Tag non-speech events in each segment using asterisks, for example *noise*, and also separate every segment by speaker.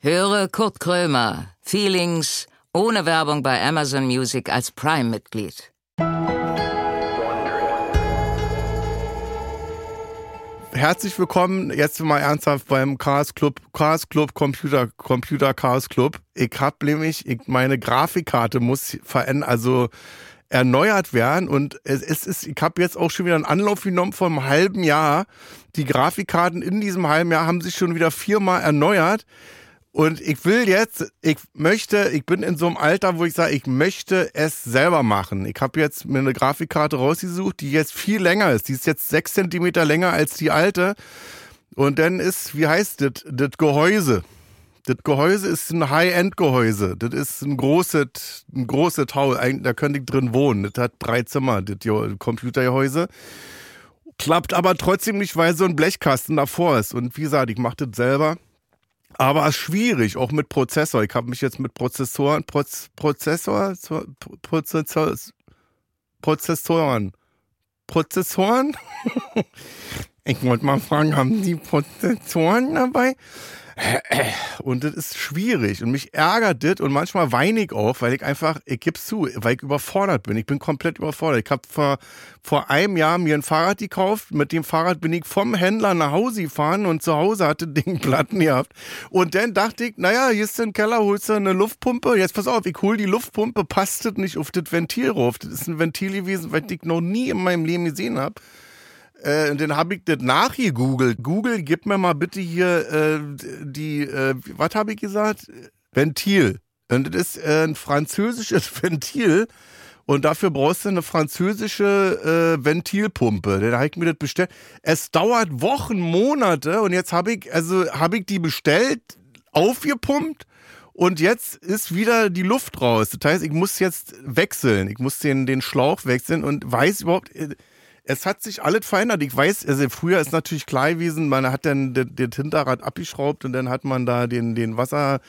Speaker 1: Höre Kurt Krömer, Feelings, ohne Werbung bei Amazon Music als Prime-Mitglied.
Speaker 2: Herzlich willkommen, jetzt mal ernsthaft beim Chaos Club, Chaos Club Computer, Computer Chaos Club. Ich habe nämlich, ich, meine Grafikkarte muss verändern, also erneuert werden und es es ist, ich habe jetzt auch schon wieder einen Anlauf genommen vom halben Jahr. Die Grafikkarten in diesem halben Jahr haben sich schon wieder viermal erneuert. Und ich will jetzt, ich möchte, ich bin in so einem Alter, wo ich sage, ich möchte es selber machen. Ich habe jetzt mir eine Grafikkarte rausgesucht, die jetzt viel länger ist. Die ist jetzt sechs Zentimeter länger als die alte. Und dann ist, wie heißt das, das Gehäuse. Das Gehäuse ist ein High-End-Gehäuse. Das ist ein großes, ein großes Haus. Eigentlich, Da könnte ich drin wohnen. Das hat drei Zimmer, das Ge- Computergehäuse. Klappt aber trotzdem nicht, weil so ein Blechkasten davor ist. Und wie gesagt, ich mache das selber. Aber ist schwierig, auch mit Prozessor. Ich habe mich jetzt mit Prozessoren, Proz, Prozessor, Pro- Prozessor, Prozessoren, Prozessoren? *laughs* Ich wollte mal fragen, haben die Prozessoren dabei? Und das ist schwierig und mich ärgert das und manchmal weine ich auch, weil ich einfach, ich gib's zu, weil ich überfordert bin. Ich bin komplett überfordert. Ich habe vor, vor einem Jahr mir ein Fahrrad gekauft. Mit dem Fahrrad bin ich vom Händler nach Hause gefahren und zu Hause hatte *laughs* Ding Platten gehabt. Und dann dachte ich, naja, hier ist ein Keller, holst du eine Luftpumpe. Jetzt pass auf, ich hol die Luftpumpe, passt das nicht auf das Ventil rauf. Das ist ein Ventil gewesen, was ich noch nie in meinem Leben gesehen habe. Äh, und dann habe ich das nachgegoogelt. Google, gib mir mal bitte hier äh, die, äh, was habe ich gesagt? Ventil. Und das ist äh, ein französisches *laughs* Ventil. Und dafür brauchst du eine französische äh, Ventilpumpe. Dann habe ich mir das bestellt. Es dauert Wochen, Monate und jetzt habe ich, also habe ich die bestellt, aufgepumpt und jetzt ist wieder die Luft raus. Das heißt, ich muss jetzt wechseln. Ich muss den, den Schlauch wechseln und weiß überhaupt, äh, es hat sich alles verändert. Ich weiß, also früher ist natürlich klar gewesen, man hat dann das das Hinterrad abgeschraubt und dann hat man da den, den Wasser,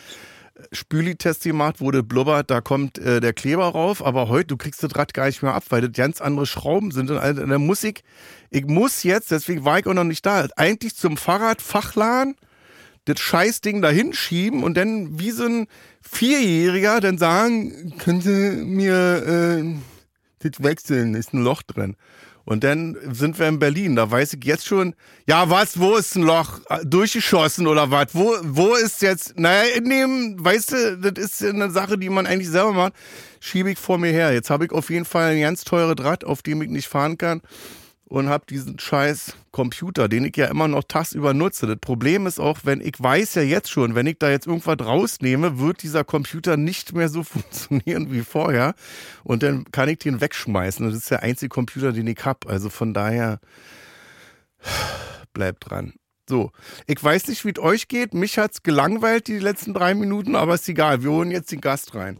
Speaker 2: Spülitest gemacht, wo das blubbert, da kommt äh, der Kleber rauf, aber heute, du kriegst das Rad gar nicht mehr ab, weil das ganz andere Schrauben sind und all- da muss ich, ich muss jetzt, deswegen war ich auch noch nicht da, eigentlich zum Fahrradfachladen das Scheißding da hinschieben und dann wie so ein Vierjähriger dann sagen, könnte mir äh, das wechseln, ist ein Loch drin. Und dann sind wir in Berlin, da weiß ich jetzt schon, ja was, wo ist ein Loch? Durchgeschossen oder was? Wo, wo ist jetzt, naja, in dem, weißt du, das ist eine Sache, die man eigentlich selber macht, schiebe ich vor mir her. Jetzt habe ich auf jeden Fall ein ganz teures Rad, auf dem ich nicht fahren kann und habe diesen scheiß Computer, den ich ja immer noch tagsüber nutze. Das Problem ist auch, wenn ich weiß ja jetzt schon, wenn ich da jetzt irgendwas rausnehme, wird dieser Computer nicht mehr so *laughs* funktionieren wie vorher. Und dann kann ich den wegschmeißen. Das ist der einzige Computer, den ich habe. Also von daher, bleibt dran. So, ich weiß nicht, wie es euch geht. Mich hat's gelangweilt die letzten drei Minuten, aber ist egal. Wir holen jetzt den Gast rein.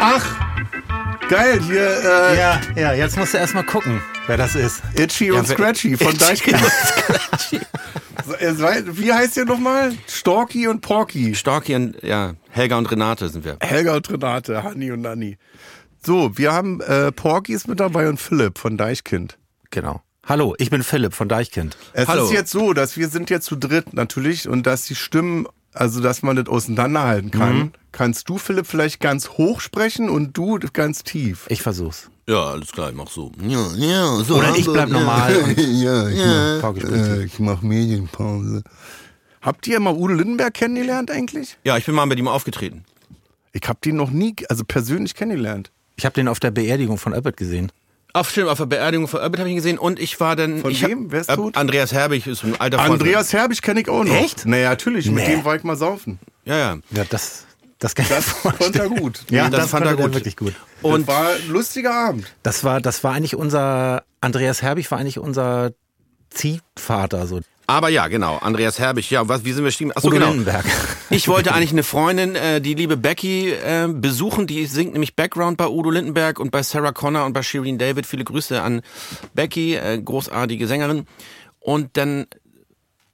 Speaker 2: Ach, geil, hier, äh,
Speaker 3: Ja, ja, jetzt musst du erstmal gucken, wer das ist.
Speaker 2: Itchy
Speaker 3: Ja,
Speaker 2: und
Speaker 3: wer-
Speaker 2: Scratchy von
Speaker 3: Itchy
Speaker 2: Deichkind. Wie heißt ihr nochmal? Storky und Porky.
Speaker 4: Storki und ja, Helga und Renate sind wir.
Speaker 2: Helga und Renate, Hanni und Nanni. So, wir haben äh, Porky ist mit dabei und Philipp von Deichkind.
Speaker 3: Genau. Hallo, ich bin Philipp von Deichkind.
Speaker 2: Es
Speaker 4: Hallo.
Speaker 2: ist jetzt so, dass wir sind jetzt zu dritt natürlich und dass die Stimmen, also dass man das auseinanderhalten kann.
Speaker 3: Mhm.
Speaker 2: Kannst du, Philipp, vielleicht ganz hoch sprechen und du ganz tief?
Speaker 3: Ich versuch's.
Speaker 4: Ja, alles klar, ich mach so. Ja, ja, so.
Speaker 3: Oder ich bleib normal und
Speaker 2: Ja, ich, äh,
Speaker 3: Pauke spricht.
Speaker 2: ich mach Medienpause. Habt ihr mal Udo Lindenberg kennengelernt eigentlich?
Speaker 4: *laughs* Ja, ich bin mal mit ihm aufgetreten.
Speaker 2: Ich habe den noch nie, also persönlich kennengelernt.
Speaker 3: Ich habe den auf der Beerdigung von Öppert gesehen.
Speaker 4: Auf stimmt, auf der Beerdigung von Urban habe ich ihn gesehen und ich war dann.
Speaker 2: Von
Speaker 4: ich
Speaker 2: wem? Wer ist
Speaker 4: äh,
Speaker 2: tot?
Speaker 4: Andreas Herbig ist ein alter Freund.
Speaker 2: Andreas Herbig kenne ich auch noch.
Speaker 3: Echt?
Speaker 2: Naja, natürlich, mit
Speaker 3: Nee.
Speaker 2: dem war ich mal saufen.
Speaker 4: Ja, ja.
Speaker 3: Ja, das Das kann
Speaker 2: Das
Speaker 3: ich mir vorstellen.
Speaker 2: konnte er gut.
Speaker 3: Ja,
Speaker 4: Nee, das
Speaker 3: das,
Speaker 4: fand
Speaker 3: fand
Speaker 4: er
Speaker 3: er
Speaker 4: gut.
Speaker 3: wirklich gut.
Speaker 2: Und
Speaker 4: Und
Speaker 2: das war ein Ah, lustiger Abend.
Speaker 3: Das war, das war eigentlich unser, Andreas Herbig war eigentlich unser Ziehvater, so.
Speaker 4: aber ja, genau. Andreas Herbig. Ja, was? Wie sind wir stiegen? Achso,
Speaker 3: Udo
Speaker 4: genau.
Speaker 3: Lindenberg. *laughs*
Speaker 4: Ich wollte eigentlich eine Freundin, äh, die liebe Becky, äh, besuchen. Die singt nämlich Background bei Udo Lindenberg und bei Sarah Connor und bei Shireen David. Viele Grüße an Becky, äh, großartige Sängerin. Und dann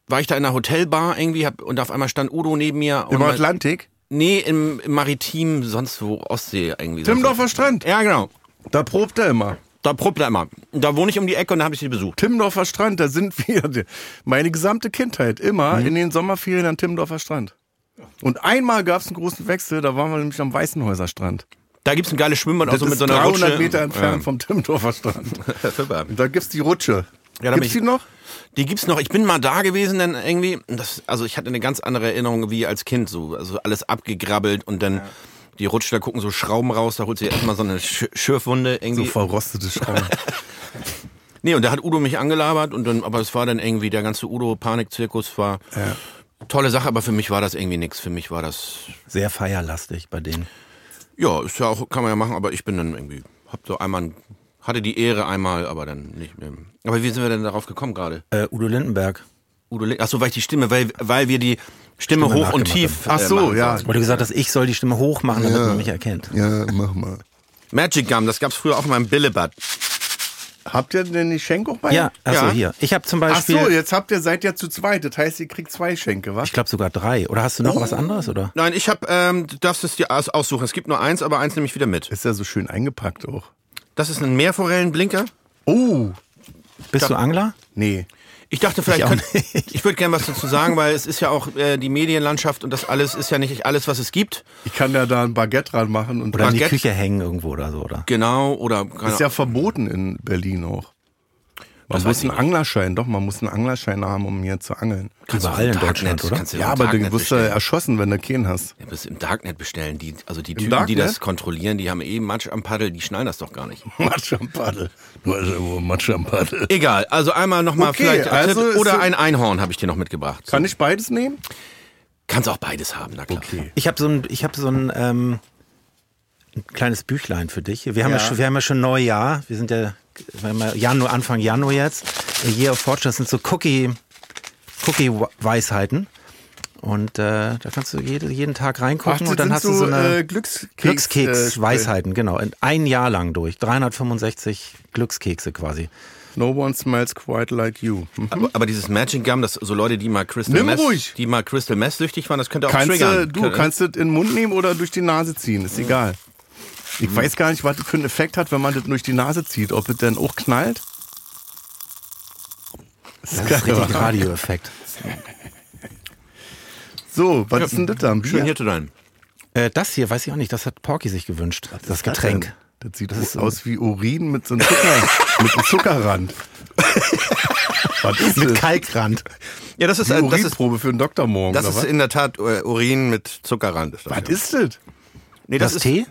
Speaker 4: war ich da in einer Hotelbar irgendwie hab, und auf einmal stand Udo neben mir. und
Speaker 2: Im
Speaker 4: mein-
Speaker 2: Atlantik.
Speaker 4: Nee, im, im Maritim, sonst wo, Ostsee irgendwie.
Speaker 2: Timmendorfer Strand.
Speaker 4: Ja, genau.
Speaker 2: Da probt er immer.
Speaker 4: Da probt er immer. Da wohne ich um die Ecke und da habe ich sie besucht.
Speaker 2: Timmendorfer Strand, da sind *laughs* wir. Meine gesamte Kindheit immer in den Sommerferien an Timmendorfer Strand. Und einmal gab es einen großen Wechsel, da waren wir nämlich am Weißenhäuser Strand.
Speaker 4: Da gibt's ein geiles Schwimmbad, auch
Speaker 2: Das
Speaker 4: so mit
Speaker 2: ist
Speaker 4: so einer
Speaker 2: 300
Speaker 4: Rutsche.
Speaker 2: Meter entfernt vom Timmendorfer Strand.
Speaker 4: Ja, *laughs* super.
Speaker 2: Und *laughs* da gibt's die Rutsche.
Speaker 4: Ja, da bin
Speaker 2: gibt's die
Speaker 4: ich-
Speaker 2: noch?
Speaker 4: Die gibt's noch. Ich bin mal da gewesen, dann irgendwie. Das, also ich hatte eine ganz andere Erinnerung wie als Kind. So, also alles abgegrabbelt und dann die Rutsche, da gucken so Schrauben raus, da holt sie erstmal so eine Sch Schürfwunde
Speaker 2: So
Speaker 4: irgendwie.
Speaker 2: verrostete Schrauben.
Speaker 4: Nee, und da hat Udo mich angelabert und dann, aber es war dann irgendwie, der ganze Udo-Panik-Zirkus war. Tolle Sache, aber für mich war das irgendwie nichts. Für mich war das,
Speaker 3: Sehr feierlastig bei denen.
Speaker 4: ja, ist ja auch, kann man ja machen, aber ich bin dann irgendwie, hab so einmal, ein- hatte die Ehre einmal, aber dann nicht mehr. Aber wie sind wir denn darauf gekommen gerade?
Speaker 3: Äh, Udo Lindenberg.
Speaker 4: Udo Lin- ach so, weil ich die Stimme, weil, weil wir die Stimme, hoch und
Speaker 3: nachgemacht
Speaker 4: tief.
Speaker 2: Ach
Speaker 4: äh,
Speaker 2: so,
Speaker 4: machen
Speaker 2: ja.
Speaker 4: sollen.
Speaker 3: Wurde gesagt, dass ich soll die Stimme hoch machen, damit man mich erkennt.
Speaker 2: Ja, mach mal.
Speaker 4: Magic Gum, das gab's früher auch in meinem Billebad.
Speaker 2: Habt ihr denn die Schenke auch bei?
Speaker 3: Ja, achso,
Speaker 4: Ja.
Speaker 3: hier. Ich habe zum
Speaker 2: Ach
Speaker 3: Beispiel,
Speaker 2: so, jetzt habt ihr seid ja zu zweit. Das heißt, ihr kriegt zwei Schenke, was?
Speaker 3: ich glaube sogar drei. Oder hast du noch was anderes, oder?
Speaker 4: Nein, ich hab, ähm, du darfst es dir aus- aussuchen. Es gibt nur eins, aber eins nehme ich wieder mit.
Speaker 2: Ist ja so schön eingepackt auch.
Speaker 4: Das ist ein Meerforellenblinker.
Speaker 2: Oh,
Speaker 3: Bist du Angler?
Speaker 2: nee.
Speaker 4: Ich dachte, vielleicht
Speaker 3: auch
Speaker 4: könnte, *laughs* ich würde gerne was dazu sagen, weil es ist ja auch äh, die Medienlandschaft und das alles ist ja nicht alles, was es gibt.
Speaker 2: Ich kann ja da ein Baguette dran machen und
Speaker 3: Oder in die
Speaker 4: Baguette.
Speaker 3: Küche hängen irgendwo oder so, oder?
Speaker 4: Genau, oder
Speaker 2: Ist ja verboten in Berlin auch. Man
Speaker 4: Das weiß
Speaker 2: muss
Speaker 4: ich
Speaker 2: einen Anglerschein, doch, man muss einen Anglerschein haben, um hier zu angeln.
Speaker 3: Überall in Deutschland, oder?
Speaker 4: Kannst du
Speaker 2: Ja,
Speaker 4: im
Speaker 2: aber
Speaker 4: Darknet
Speaker 2: du wirst ja
Speaker 4: bestellen.
Speaker 2: erschossen, wenn du keinen *laughs* hast.
Speaker 4: Ja, bis im Darknet bestellen, die, also die Typen, die
Speaker 2: Darknet?
Speaker 4: das kontrollieren, die haben eben Matsch am Paddel, die schneiden das doch gar nicht.
Speaker 2: Matsch am Paddel. Du hast ja wohl Matsch am Paddel.
Speaker 4: Egal, also einmal nochmal
Speaker 2: Okay,
Speaker 4: vielleicht
Speaker 2: also
Speaker 4: Tipp
Speaker 2: ist so-
Speaker 4: oder ein Einhorn habe ich dir noch mitgebracht.
Speaker 2: Kann ich beides nehmen?
Speaker 4: Kannst auch beides haben, na klar. Okay.
Speaker 3: Ich habe so ein, ich habe so ein, ähm, ein kleines Büchlein für dich. Wir haben ja,
Speaker 2: Ja.
Speaker 3: schon, wir haben ja schon Neujahr. Wir sind ja, wir haben ja Januar, Anfang Januar jetzt. Hier auf Fortune das sind so Cookie, Cookie Weisheiten. Und äh, da kannst du jede, jeden Tag reingucken
Speaker 2: das
Speaker 3: und dann
Speaker 2: sind
Speaker 3: hast du so eine
Speaker 2: äh, Glückskeks. äh,
Speaker 3: Glückskeks-Weisheiten, genau. In- Ein Jahr lang durch. 365 Glückskekse quasi.
Speaker 2: No one smells quite like you. Hm?
Speaker 4: Aber, aber dieses Magic Gum, das so Leute, die mal Crystal
Speaker 2: Nimm
Speaker 4: Meth,
Speaker 2: ruhig.
Speaker 4: die mal Crystal Meth süchtig waren, das könnte auch
Speaker 2: Kannst du,
Speaker 4: triggern. ne?
Speaker 2: du
Speaker 4: Könnte-
Speaker 2: kannst das in den Mund nehmen oder durch die Nase ziehen, ist egal. Ich weiß gar nicht, was das für einen Effekt hat, wenn man das durch die Nase zieht. Ob es dann auch knallt?
Speaker 3: Das ist richtig ein Radioeffekt.
Speaker 2: So, was ist denn das da? Ein
Speaker 4: schön
Speaker 2: Bier?
Speaker 4: hier zu sein.
Speaker 3: Äh, das hier, weiß ich auch nicht, das hat Porky sich gewünscht. Das Getränk.
Speaker 2: Das sieht aus wie Urin mit so einem,
Speaker 4: *laughs*
Speaker 2: Zucker, mit einem Zuckerrand. Was ist
Speaker 3: Mit
Speaker 2: Äh, das?
Speaker 3: Kalkrand.
Speaker 4: Ja, das ist
Speaker 2: Die
Speaker 4: äh, das ist
Speaker 2: Urinprobe für den Doktor morgen,
Speaker 4: das
Speaker 2: oder
Speaker 4: ist
Speaker 2: was?
Speaker 4: in der Tat äh, Urin mit Zuckerrand. Ist das,
Speaker 2: Was
Speaker 4: ja.
Speaker 2: ist das?
Speaker 4: nee,
Speaker 3: Das,
Speaker 4: das, ist
Speaker 3: Tee?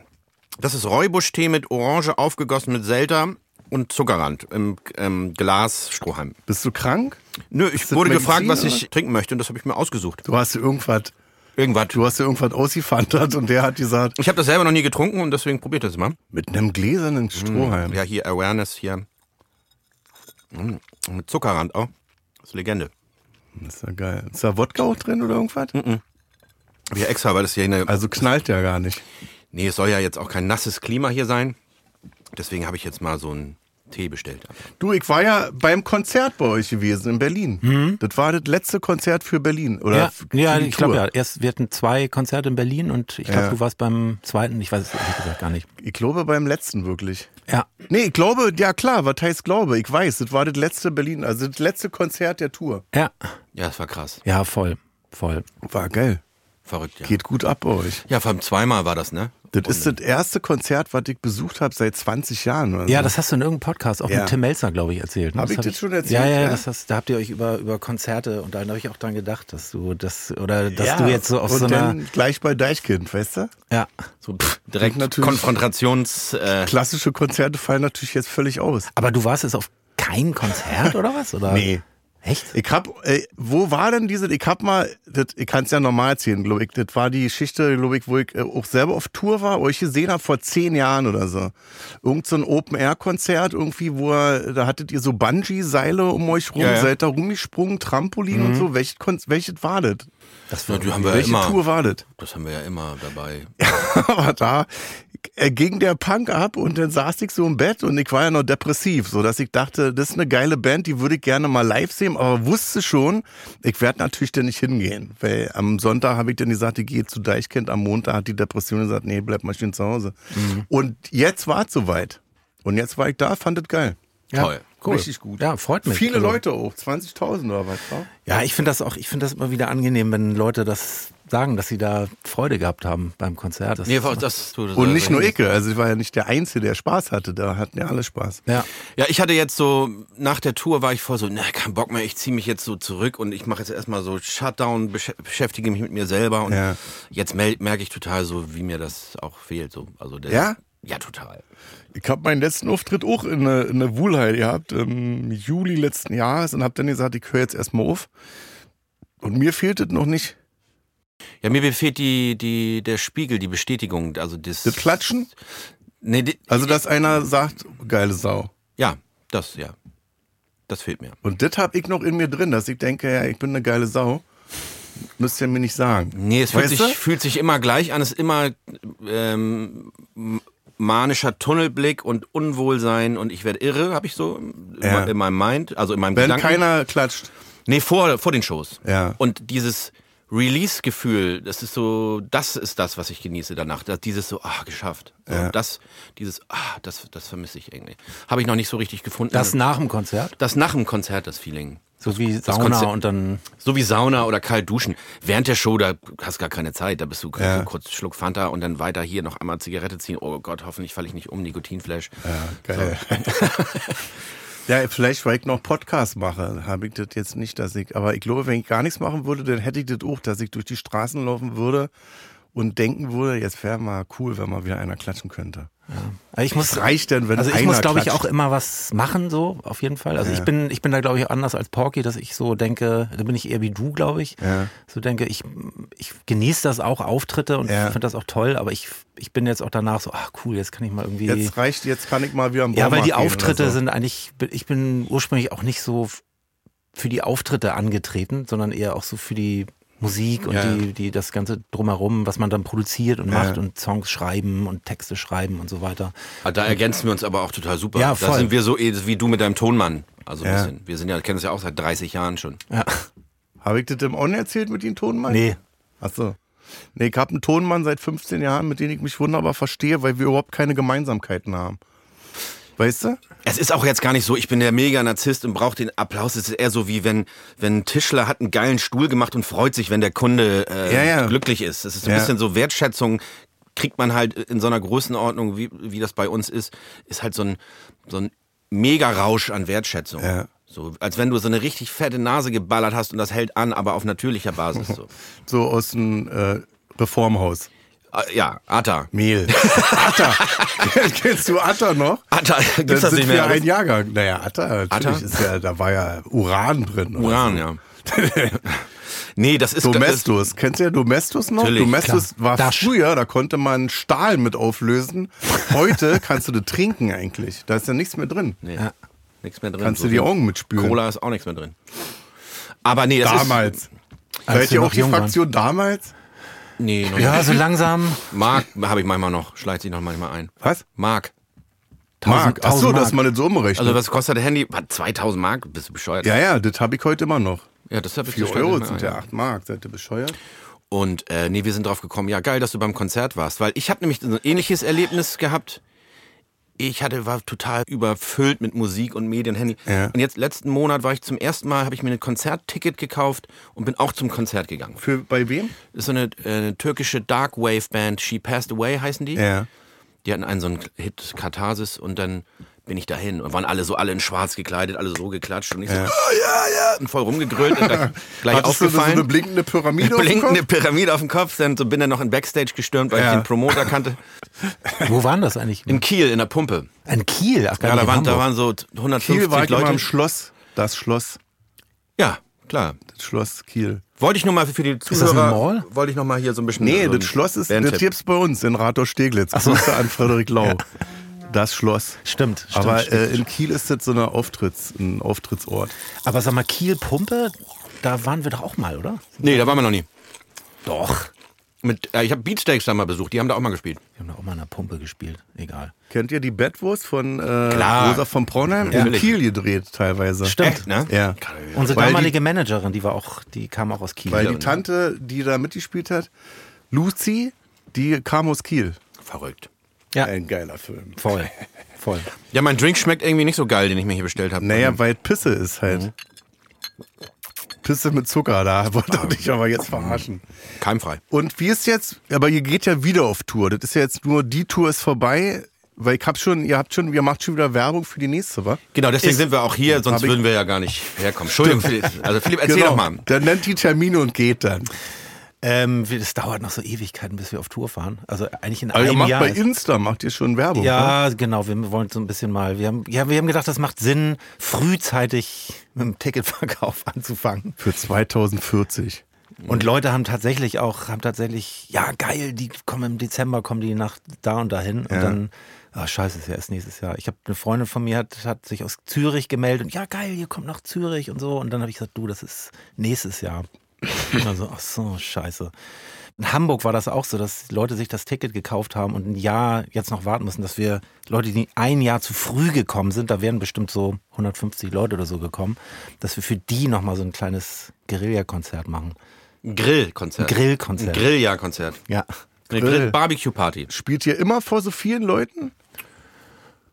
Speaker 4: das ist Räubuschtee mit Orange aufgegossen mit Selter und Zuckerrand im ähm, Glas Strohhalm.
Speaker 2: Bist du krank?
Speaker 4: Nö, ich
Speaker 2: das
Speaker 4: wurde
Speaker 2: Medizin,
Speaker 4: gefragt, was
Speaker 2: oder?
Speaker 4: ich trinken möchte und das habe ich mir ausgesucht.
Speaker 2: Du hast irgendwas,
Speaker 4: Irgendwas.
Speaker 2: du hast irgendwas ausgefandert und der hat gesagt,
Speaker 4: Ich habe das selber noch nie getrunken und deswegen probiert das mal.
Speaker 2: mit einem gläsernen Strohhalm.
Speaker 4: Hm. Ja, hier Awareness hier. Mm, Mit Zuckerrand auch. Das ist Legende.
Speaker 2: Das ist ja geil. Ist da Wodka auch drin oder irgendwas?
Speaker 4: Hm. Hab ich ja extra, weil das hier eine.
Speaker 2: Also knallt ja gar nicht.
Speaker 4: Nee, es soll ja jetzt auch kein nasses Klima hier sein. Deswegen habe ich jetzt mal so einen Tee bestellt.
Speaker 2: Du, ich war ja beim Konzert bei euch gewesen in Berlin. Das war das letzte Konzert für Berlin, oder?
Speaker 3: Mhm. Ja,
Speaker 2: Für die
Speaker 3: ja ich glaube
Speaker 2: Tour.
Speaker 3: ja. Erst, wir hatten zwei Konzerte in Berlin und ich glaube,
Speaker 2: Ja.
Speaker 3: du warst beim zweiten, ich weiß es ehrlich gesagt gar nicht.
Speaker 2: Ich glaube beim letzten wirklich.
Speaker 3: Ja.
Speaker 2: Nee, ich glaube, ja klar, was heißt glaube? Ich weiß, das war das letzte Berlin, also das letzte Konzert der Tour.
Speaker 3: Ja.
Speaker 4: Ja, das war krass.
Speaker 3: Ja, voll. Voll.
Speaker 2: War geil.
Speaker 4: Verrückt, ja.
Speaker 2: Geht gut ab bei euch.
Speaker 4: Ja, vor allem zweimal war das, ne?
Speaker 2: Das ist das erste Konzert, was ich besucht habe seit 20 Jahren. Oder so.
Speaker 3: Ja, das hast du in irgendeinem Podcast auch
Speaker 2: Ja.
Speaker 3: mit Tim Melzer, glaube ich, erzählt. ne?
Speaker 2: Hab ich
Speaker 3: hab
Speaker 2: das schon erzählt,
Speaker 3: Ja, ja,
Speaker 2: ja?
Speaker 3: Das hast, da habt ihr euch über, über Konzerte und da habe ich auch dran gedacht, dass du das oder dass
Speaker 2: Ja,
Speaker 3: du jetzt so auf
Speaker 2: und
Speaker 3: so einer
Speaker 2: dann gleich bei Deichkind, weißt du?
Speaker 3: ja,
Speaker 4: So pff, direkt
Speaker 2: natürlich-
Speaker 4: Konfrontations. Äh,
Speaker 2: Klassische Konzerte fallen natürlich jetzt völlig aus.
Speaker 3: aber du warst jetzt auf kein Konzert oder was oder?
Speaker 2: Nee.
Speaker 3: Echt?
Speaker 2: Ich hab, äh, wo war denn diese, ich hab mal, das, ich kann es ja normal erzählen, glaube ich, das war die Geschichte, glaube ich, wo ich äh, auch selber auf Tour war, wo ich gesehen hab vor zehn Jahren oder so. Irgend so ein Open-Air-Konzert irgendwie, wo er, da hattet ihr so Bungee-Seile um euch rum,
Speaker 4: Ja, ja.
Speaker 2: seid da rumgesprungen, Trampolin und so. Welches, Kon- welches war das?
Speaker 4: Das wird- die haben wir ja
Speaker 2: Welche
Speaker 4: immer.
Speaker 2: Tour war das?
Speaker 4: Das haben wir ja immer *laughs* dabei.
Speaker 2: *laughs* aber da äh, ging der Punk ab und dann saß ich so im Bett und ich war ja noch depressiv, so dass ich dachte, das ist eine geile Band, die würde ich gerne mal live sehen, aber wusste schon, ich werde natürlich da nicht hingehen, weil am Sonntag habe ich dann gesagt, ich gehe zu Deichkind, am Montag hat die Depression gesagt, nee, bleib mal schön zu Hause. Und jetzt war es soweit. Und jetzt war ich da, fand es geil.
Speaker 4: Toll.
Speaker 3: Cool.
Speaker 2: Richtig gut.
Speaker 3: Ja, freut mich.
Speaker 2: Viele
Speaker 3: Also-
Speaker 2: Leute auch, 20.000 oder was, wa?
Speaker 3: Ja, ich finde das auch, ich finde das immer wieder angenehm, wenn Leute das sagen, dass sie da Freude gehabt haben beim Konzert. Das
Speaker 4: Nee,
Speaker 3: ist-
Speaker 4: das tut es
Speaker 2: Und nicht nur
Speaker 4: ich.
Speaker 2: ich, also ich war ja nicht der Einzige, der Spaß hatte, da hatten ja alle Spaß.
Speaker 3: ja.
Speaker 4: Ja, ich hatte jetzt so, nach der Tour war ich voll so, na, kein Bock mehr, ich ziehe mich jetzt so zurück und ich mache jetzt erstmal so Shutdown, besch beschäftige mich mit mir selber und
Speaker 2: Ja.
Speaker 4: jetzt mel- merke ich total so, wie mir das auch fehlt. So. Also der,
Speaker 2: Ja?
Speaker 4: Ja, total.
Speaker 2: Ich habe meinen letzten Auftritt auch in der in eine Wuhlheit gehabt, im Juli letzten Jahres, und habe dann gesagt, ich höre jetzt erstmal auf. Und mir fehlt es noch nicht.
Speaker 4: Ja, mir fehlt die, die, der Spiegel, die Bestätigung, also das...
Speaker 2: Das Klatschen,
Speaker 4: Nee, die,
Speaker 2: also dass einer sagt, geile Sau.
Speaker 4: ja, das, ja. Das fehlt mir.
Speaker 2: Und das habe ich noch in mir drin, dass ich denke, ja, ich bin eine geile Sau. Müsst ihr mir nicht sagen.
Speaker 4: Nee, es fühlt
Speaker 2: Weißt
Speaker 4: sich,
Speaker 2: du?
Speaker 4: fühlt sich immer gleich an. Es ist immer ähm, m- manischer Tunnelblick und Unwohlsein und ich werde irre, habe ich so in
Speaker 2: Ja.
Speaker 4: me- in meinem Mind, also in meinem
Speaker 2: Wenn
Speaker 4: Gedanken.
Speaker 2: keiner klatscht.
Speaker 4: nee, vor, vor den Shows.
Speaker 2: Ja.
Speaker 4: Und dieses Release-Gefühl, das ist so, das ist das, was ich genieße danach. Das, dieses so, ah, geschafft. So, Das, dieses, ah, das, das vermisse ich irgendwie. Habe ich noch nicht so richtig gefunden.
Speaker 3: Das nach dem Konzert,
Speaker 4: das nach dem Konzert, das Feeling.
Speaker 3: so wie Sauna
Speaker 4: Konzert-
Speaker 3: und dann
Speaker 4: So wie Sauna oder kalt duschen. Während der Show, da hast gar keine Zeit. Da bist du
Speaker 2: Ja.
Speaker 4: so kurz Schluck Fanta und dann weiter hier noch einmal Zigarette ziehen. Oh Gott, hoffentlich falle ich nicht um. Nikotinflash.
Speaker 2: Ja, geil. *laughs* ja, vielleicht, weil ich noch Podcast mache, habe ich das jetzt nicht, dass ich, aber ich glaube, wenn ich gar nichts machen würde, dann hätte ich das auch, dass ich durch die Straßen laufen würde und denken würde, jetzt wäre mal cool, wenn mal wieder einer klatschen könnte.
Speaker 3: Also ich muss
Speaker 2: Es reicht denn, wenn
Speaker 3: also ich
Speaker 2: einer
Speaker 3: muss glaube ich
Speaker 2: klatscht.
Speaker 3: auch immer was machen so auf jeden Fall. Also ich bin ich bin da glaube ich anders als Porky, dass ich so denke, da bin ich eher wie du glaube ich.
Speaker 2: Ja.
Speaker 3: So denke ich ich genieße das auch Auftritte und
Speaker 2: Ja.
Speaker 3: finde das auch toll, aber ich ich bin jetzt auch danach so ach cool, jetzt kann ich mal irgendwie
Speaker 2: Jetzt reicht, jetzt kann ich mal wieder am
Speaker 3: Ja, weil
Speaker 2: Baumarkt
Speaker 3: die
Speaker 2: gehen oder
Speaker 3: Auftritte
Speaker 2: so.
Speaker 3: sind eigentlich, ich bin ursprünglich auch nicht so f- für die Auftritte angetreten, sondern eher auch so für die Musik und
Speaker 4: Ja, ja.
Speaker 3: die, die, das Ganze drumherum, was man dann produziert und macht und Songs schreiben und Texte schreiben und so weiter.
Speaker 4: Ah, Da ergänzen wir uns aber auch total super.
Speaker 3: Ja,
Speaker 4: Da
Speaker 3: voll.
Speaker 4: sind wir so eh- wie du mit deinem Tonmann. Also ein
Speaker 2: Ja.
Speaker 4: bisschen. Wir sind ja, kennen es ja auch seit 30 Jahren schon.
Speaker 3: Ja.
Speaker 2: Habe ich das dem On erzählt mit dem Tonmann?
Speaker 3: Nee.
Speaker 2: Achso. Nee, ich habe einen Tonmann seit 15 Jahren, mit dem ich mich wunderbar verstehe, weil wir überhaupt keine Gemeinsamkeiten haben. Weißt du?
Speaker 4: Es ist auch jetzt gar nicht so, ich bin der Mega-Narzisst und brauche den Applaus. Es ist eher so wie wenn, wenn ein Tischler hat einen geilen Stuhl gemacht und freut sich, wenn der Kunde äh,
Speaker 2: Ja, ja.
Speaker 4: glücklich ist. Es ist so ein
Speaker 2: Ja.
Speaker 4: bisschen so Wertschätzung, kriegt man halt in so einer Größenordnung, wie, wie das bei uns ist, ist halt so ein, so ein Mega-Rausch an Wertschätzung.
Speaker 2: Ja.
Speaker 4: So, als wenn du so eine richtig fette Nase geballert hast und das hält an, aber auf natürlicher Basis.
Speaker 2: *laughs*
Speaker 4: So.
Speaker 2: So aus dem äh, Reformhaus.
Speaker 4: Ah, ja, Atta. *laughs*
Speaker 2: Mehl. Atta. *laughs* Kennst du Atta noch?
Speaker 4: Atta, *laughs*
Speaker 2: Dann
Speaker 4: gibt's das
Speaker 2: sind
Speaker 4: nicht
Speaker 2: wir
Speaker 4: mehr?
Speaker 2: ein Jahrgang. Naja, Atta, natürlich
Speaker 4: Atta?
Speaker 2: ist ja, da war ja Uran drin. oder
Speaker 4: Uran, ja. *laughs* nee, das ist...
Speaker 2: Domestos. Kennst du ja Domestos noch?
Speaker 4: Natürlich,
Speaker 2: Domestos war
Speaker 3: Das-
Speaker 2: früher, da konnte man Stahl mit auflösen.
Speaker 4: *laughs*
Speaker 2: Heute kannst du das trinken eigentlich. Da ist ja nichts mehr drin.
Speaker 4: Nee,
Speaker 3: Ja.
Speaker 4: nichts mehr drin.
Speaker 2: Kannst du
Speaker 4: So
Speaker 2: die
Speaker 4: wie-
Speaker 2: Augen mitspülen.
Speaker 4: Cola ist auch nichts mehr drin. Aber nee, das
Speaker 2: damals.
Speaker 3: Als
Speaker 2: Seid
Speaker 3: wir
Speaker 2: ihr auch
Speaker 3: noch
Speaker 2: die
Speaker 3: jung waren.
Speaker 2: Fraktion damals?
Speaker 4: ist... Nee, noch
Speaker 3: Ja,
Speaker 4: nicht.
Speaker 3: so langsam.
Speaker 4: Mark habe ich manchmal noch, schleicht sich noch manchmal ein.
Speaker 2: Was?
Speaker 4: Mark.
Speaker 2: Mark. Ach so,
Speaker 3: 1000
Speaker 2: dass man das so umrechnet.
Speaker 4: Also was kostet das Handy? Was, 2000 Mark? Bist du bescheuert?
Speaker 2: ja, ja, das habe ich heute immer noch.
Speaker 4: ja das habe ich
Speaker 2: 4
Speaker 4: so schnell
Speaker 2: Euro
Speaker 4: nicht mehr
Speaker 2: sind
Speaker 4: ein.
Speaker 2: ja 8 Mark. Seid ihr bescheuert?
Speaker 4: Und äh, nee, wir sind drauf gekommen, ja geil, dass du beim Konzert warst, weil ich habe nämlich so ein ähnliches Erlebnis gehabt. Ich hatte war total überfüllt mit Musik und Medien, Handy.
Speaker 2: Ja.
Speaker 4: Und jetzt letzten Monat war ich zum ersten Mal, habe ich mir ein Konzertticket gekauft und bin auch zum Konzert gegangen.
Speaker 2: Für, bei wem?
Speaker 4: Das ist so eine äh, türkische Dark Wave Band, She Passed Away heißen die.
Speaker 2: Ja.
Speaker 4: Die hatten einen so einen Hit Katharsis und dann bin ich dahin und waren alle so alle in schwarz gekleidet, alle so geklatscht und ich so, oh, ja, ja, und voll rumgegrölt und
Speaker 2: *laughs*
Speaker 4: dann gleich
Speaker 2: Hattest du so
Speaker 4: aufgefallen.
Speaker 2: eine blinkende Pyramide auf dem
Speaker 4: blinkende
Speaker 2: Kopf?
Speaker 4: Pyramide auf dem Kopf, dann so bin dann noch in Backstage gestürmt, weil
Speaker 2: Ja.
Speaker 4: ich den
Speaker 2: *laughs*
Speaker 4: Promoter kannte.
Speaker 3: Wo waren das eigentlich?
Speaker 4: In Kiel, in der Pumpe.
Speaker 3: Ein Kiel. Ach, gar
Speaker 4: Ja,
Speaker 3: nicht
Speaker 4: da
Speaker 3: in
Speaker 4: waren, da
Speaker 3: Hamburg.
Speaker 4: waren so
Speaker 2: Kiel war
Speaker 4: 150
Speaker 2: ich immer
Speaker 4: Leute.
Speaker 2: im Schloss. Das Schloss.
Speaker 4: Ja, klar.
Speaker 2: Das Schloss Kiel.
Speaker 4: Wollte ich nur mal für die
Speaker 3: das ein
Speaker 4: Zuhörer,
Speaker 3: Mall?
Speaker 4: wollte ich noch mal hier so ein bisschen...
Speaker 2: Nee,
Speaker 4: so ein
Speaker 2: das Schloss ist,
Speaker 4: Bandtipp.
Speaker 2: das gibt's bei uns in Rathaus Steglitz. Grüße an Frederik Lau. Das Schloss.
Speaker 3: Stimmt, stimmt.
Speaker 2: Aber
Speaker 3: stimmt.
Speaker 2: äh, in Kiel ist das so eine Auftritts, ein Auftrittsort.
Speaker 3: Aber sag mal, Kiel-Pumpe, da waren wir doch auch mal, oder?
Speaker 4: Nee, da waren wir noch nie.
Speaker 3: Doch.
Speaker 4: Mit, äh, ich habe Beatsteaks da mal besucht, die haben da auch mal gespielt.
Speaker 3: Wir haben doch auch mal in der Pumpe gespielt. Egal.
Speaker 2: Kennt ihr die Bettwurst von äh,
Speaker 4: Klar.
Speaker 2: Rosa von Braunheim? In
Speaker 4: Natürlich.
Speaker 2: Kiel gedreht teilweise.
Speaker 4: Echt, ne?
Speaker 2: Ja.
Speaker 3: Unsere
Speaker 2: Weil die-
Speaker 3: damalige Managerin, die war auch, die kam auch aus Kiel.
Speaker 2: Weil die Tante, die da mitgespielt hat, Lucy, die kam aus Kiel.
Speaker 4: Verrückt.
Speaker 3: ja,
Speaker 2: Ein geiler Film.
Speaker 3: voll. Voll.
Speaker 4: Ja, mein Drink schmeckt irgendwie nicht so geil, den ich mir hier bestellt habe.
Speaker 3: Ähm.
Speaker 2: Naja, weil Pisse ist halt.
Speaker 3: Mhm.
Speaker 2: Pisse mit Zucker, da *laughs* wollte ich dich aber jetzt verarschen.
Speaker 4: Keimfrei.
Speaker 2: Und wie ist jetzt, aber ihr geht ja wieder auf Tour. Das ist ja jetzt nur, die Tour ist vorbei, weil ich hab schon, ihr habt schon, ihr macht schon wieder Werbung für die nächste, wa?
Speaker 4: Genau, deswegen sind wir auch hier, sonst
Speaker 2: Hab ich-
Speaker 4: würden wir ja gar nicht herkommen. Entschuldigung, Philipp. Also Philipp, erzähl doch mal.
Speaker 2: Genau. Dann nennt die Termine und geht dann.
Speaker 3: Ähm, wir- das dauert noch so Ewigkeiten, bis wir auf Tour fahren. Also eigentlich in
Speaker 2: Also ihr
Speaker 3: einem
Speaker 2: macht
Speaker 3: Jahr.
Speaker 2: bei
Speaker 3: ist-
Speaker 2: Insta, macht ihr schon Werbung. ne?
Speaker 3: Ja, genau. Wir wollen so ein bisschen mal. Wir haben, ja, wir haben gedacht, das macht Sinn, frühzeitig mit dem Ticketverkauf *laughs* anzufangen.
Speaker 2: Für 2040.
Speaker 3: Und Leute haben tatsächlich auch, haben tatsächlich, ja geil, die kommen im Dezember, kommen die nach da und dahin und dann, ah scheiße, ist ja erst nächstes Jahr. Ich habe eine Freundin von mir, hat, hat sich aus Zürich gemeldet und ja geil, ihr kommt nach Zürich und so. Und dann habe ich gesagt, du, das ist nächstes Jahr. Und dann so, ach so, scheiße. In Hamburg war das auch so, dass Leute sich das Ticket gekauft haben und ein Jahr jetzt noch warten müssen, dass wir Leute, die ein Jahr zu früh gekommen sind, da wären bestimmt so 150 Leute oder so gekommen, dass wir für die nochmal so ein kleines Guerilla-Konzert machen.
Speaker 4: Ein Grillkonzert. Ein
Speaker 3: Grillkonzert.
Speaker 4: Grilljahrkonzert.
Speaker 3: Ja.
Speaker 4: Eine
Speaker 2: Grill.
Speaker 4: Grill-Barbecue-Party.
Speaker 2: Spielt ihr immer vor so vielen Leuten?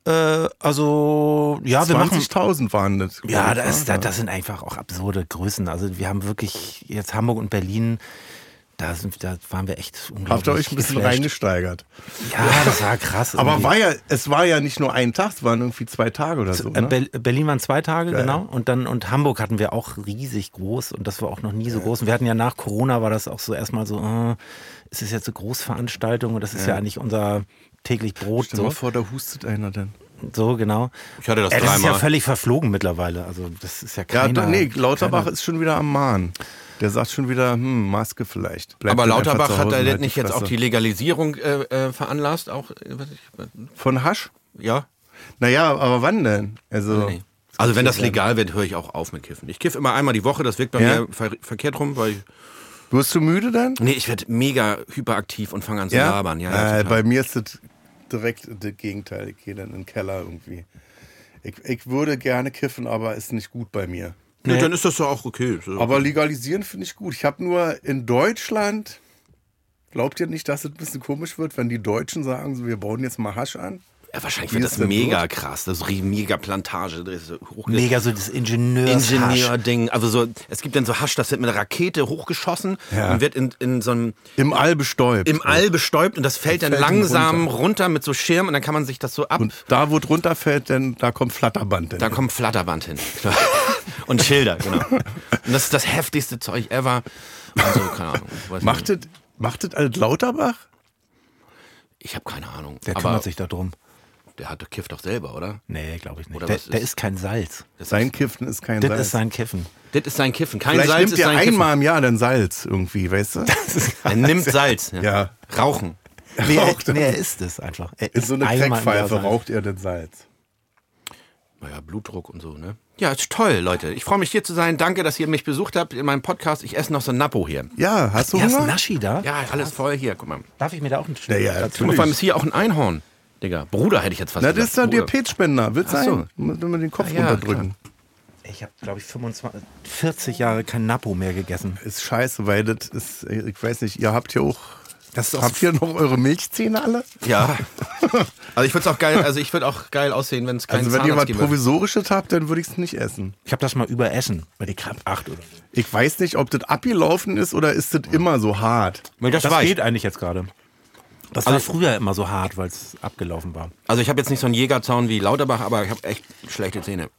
Speaker 3: Äh, also, ja, wir machen.
Speaker 2: 20.000 waren das. glaub
Speaker 3: Ja,
Speaker 2: ich,
Speaker 3: das,
Speaker 2: wa?
Speaker 3: das, das sind einfach auch absurde Größen. Also, wir haben wirklich jetzt Hamburg und Berlin. Da, sind, da waren wir echt unglaublich.
Speaker 2: Habt ihr euch ein bisschen
Speaker 3: geflasht.
Speaker 2: reingesteigert.
Speaker 3: Ja, das war krass.
Speaker 2: Aber
Speaker 3: irgendwie.
Speaker 2: war ja, es war ja nicht nur ein Tag, es waren irgendwie zwei Tage oder so.
Speaker 3: Äh,
Speaker 2: Ne?
Speaker 3: Ber- Berlin waren zwei Tage, genau. Und dann und Hamburg hatten wir auch riesig groß und das war auch noch nie so groß. Und wir hatten ja nach Corona war das auch so erstmal so, äh, es ist jetzt eine Großveranstaltung und das ist ja, eigentlich unser täglich Brot.
Speaker 2: Stell mal
Speaker 3: So,
Speaker 2: vor, da hustet einer dann.
Speaker 3: so, genau.
Speaker 4: Ich hatte das
Speaker 3: Äh, das ist ja
Speaker 4: dreimal.
Speaker 3: völlig verflogen mittlerweile. Also das ist ja
Speaker 2: Ja,
Speaker 3: keiner.
Speaker 2: da- nee, Lauterbach ist schon wieder am Mahn. Der sagt schon wieder, hm, Maske vielleicht. Bleibt
Speaker 4: Aber
Speaker 2: dann einfach zu
Speaker 4: Lauterbach hat
Speaker 2: Hause
Speaker 4: da
Speaker 2: und halt
Speaker 4: nicht jetzt auch die
Speaker 2: Fresse.
Speaker 4: Legalisierung äh, äh, veranlasst, auch, äh, weiß ich,
Speaker 2: Von Hasch?
Speaker 4: ja?
Speaker 2: Naja, aber wann denn? Also,
Speaker 4: Nee. Also wenn das legal wird, höre ich auch auf mit Kiffen. Ich kiff immer einmal die Woche, das wirkt bei
Speaker 2: Ja?
Speaker 4: mir ver verkehrt rum, weil ich,
Speaker 2: wirst du müde dann?
Speaker 4: nee, ich werde mega hyperaktiv und fange an zu labern. Ja, ja,
Speaker 2: äh,
Speaker 4: total.
Speaker 2: bei mir ist das direkt das Gegenteil. Ich gehe dann in den Keller irgendwie. Ich, ich würde gerne kiffen, aber ist nicht gut bei mir.
Speaker 4: nee, dann ist das ja auch okay. Ist ja okay.
Speaker 2: Aber legalisieren finde ich gut. Ich habe nur in Deutschland. Glaubt ihr nicht, dass es ein bisschen komisch wird, wenn die Deutschen sagen, so, wir bauen jetzt mal Hasch an?
Speaker 4: ja, wahrscheinlich
Speaker 2: wie
Speaker 4: wird
Speaker 2: ist
Speaker 4: das
Speaker 2: denn
Speaker 4: mega krass. Das ist eine mega Plantage. Das ist so hochge-
Speaker 3: Mega so das Ingenieurs.
Speaker 4: Ingenieur-Ding. Also so, es gibt dann so Hasch, das wird mit einer Rakete hochgeschossen
Speaker 2: Ja.
Speaker 4: und wird in, in so einem
Speaker 2: Im All bestäubt.
Speaker 4: im All bestäubt und das fällt dann
Speaker 2: fällt dann
Speaker 4: langsam
Speaker 2: runter.
Speaker 4: runter. mit so Schirm und dann kann man sich das so ab.
Speaker 2: Und da, wo drunter fällt, denn, da kommt Flatterband hin.
Speaker 4: da kommt Flatterband hin. *laughs* und Schilder, genau. Und das ist das heftigste Zeug ever. Also, keine Ahnung. ich weiß
Speaker 2: Macht
Speaker 4: nicht.
Speaker 2: das, macht das alles Lauterbach?
Speaker 4: Ich habe keine Ahnung.
Speaker 3: Der
Speaker 4: aber
Speaker 3: kümmert sich da drum.
Speaker 4: Der hat kifft doch selber, oder?
Speaker 3: Nee, glaube ich nicht.
Speaker 4: Oder
Speaker 3: Der,
Speaker 4: was ist-
Speaker 3: der ist kein Salz.
Speaker 2: Sein Kiffen ist kein
Speaker 3: Das
Speaker 2: Salz.
Speaker 3: ist sein Kiffen.
Speaker 4: Das ist sein Kiffen. Kein
Speaker 2: Vielleicht
Speaker 4: Salz
Speaker 2: nimmt
Speaker 4: ist
Speaker 2: er
Speaker 4: sein
Speaker 2: einmal im Jahr dann Salz irgendwie, weißt du? *laughs*
Speaker 4: Kiffen. Er nimmt Salz.
Speaker 2: Ja.
Speaker 4: Rauchen.
Speaker 3: Nee, er,
Speaker 2: Raucht er-
Speaker 3: nee, er ist es einfach. Er
Speaker 2: In so eine
Speaker 3: einmal im Jahr
Speaker 2: Crackpfeife
Speaker 3: Salz.
Speaker 2: raucht er denn Salz.
Speaker 4: Naja, Blutdruck und so, ne? Ja, ist toll, Leute. Ich freue mich hier zu sein. Danke, dass ihr mich besucht habt in meinem Podcast. Ich esse noch so ein Nappo hier.
Speaker 2: Ja, hast du
Speaker 3: Ja, ist ein
Speaker 2: Hunger?
Speaker 3: Naschi da?
Speaker 4: Ja, alles voll hier. Guck mal.
Speaker 3: Darf ich mir da auch einen Stück?
Speaker 2: Ja, ja,
Speaker 3: dazu?
Speaker 4: Und
Speaker 2: natürlich.
Speaker 4: vor allem ist hier auch ein Einhorn. Digga, Bruder hätte ich jetzt fast
Speaker 2: Na,
Speaker 4: gesagt.
Speaker 2: das ist dann der
Speaker 4: Bruder.
Speaker 2: Petspender. Wird
Speaker 4: Ach
Speaker 2: sein.
Speaker 4: so.
Speaker 2: Müssen wir den Kopf
Speaker 4: Ah, ja,
Speaker 2: runterdrücken.
Speaker 3: Ich habe, glaube ich, 25, 40 Jahre kein Napo mehr gegessen.
Speaker 2: Ist scheiße, weil das ist, ich weiß nicht, ihr habt ja auch.
Speaker 3: Das ist auch
Speaker 2: Habt ihr noch eure Milchzähne
Speaker 3: *laughs*
Speaker 2: alle?
Speaker 4: Ja. Also ich würde auch geil, also ich würde auch geil aussehen, wenn es keinen
Speaker 2: Also, wenn ihr was
Speaker 4: Zahnarzt gäbe.
Speaker 2: Provisorisches habt, dann würde ich es nicht essen.
Speaker 3: Ich habe das mal überessen. Bei die Krab 8 oder so.
Speaker 2: Ich weiß nicht, ob das abgelaufen ist oder ist das immer so hart.
Speaker 4: Das Also
Speaker 3: das
Speaker 4: war ich.
Speaker 3: geht eigentlich jetzt gerade. Das war früher immer so hart, weil es abgelaufen war.
Speaker 4: Also ich habe jetzt nicht so einen Jägerzaun wie Lauterbach, aber ich habe echt schlechte Zähne.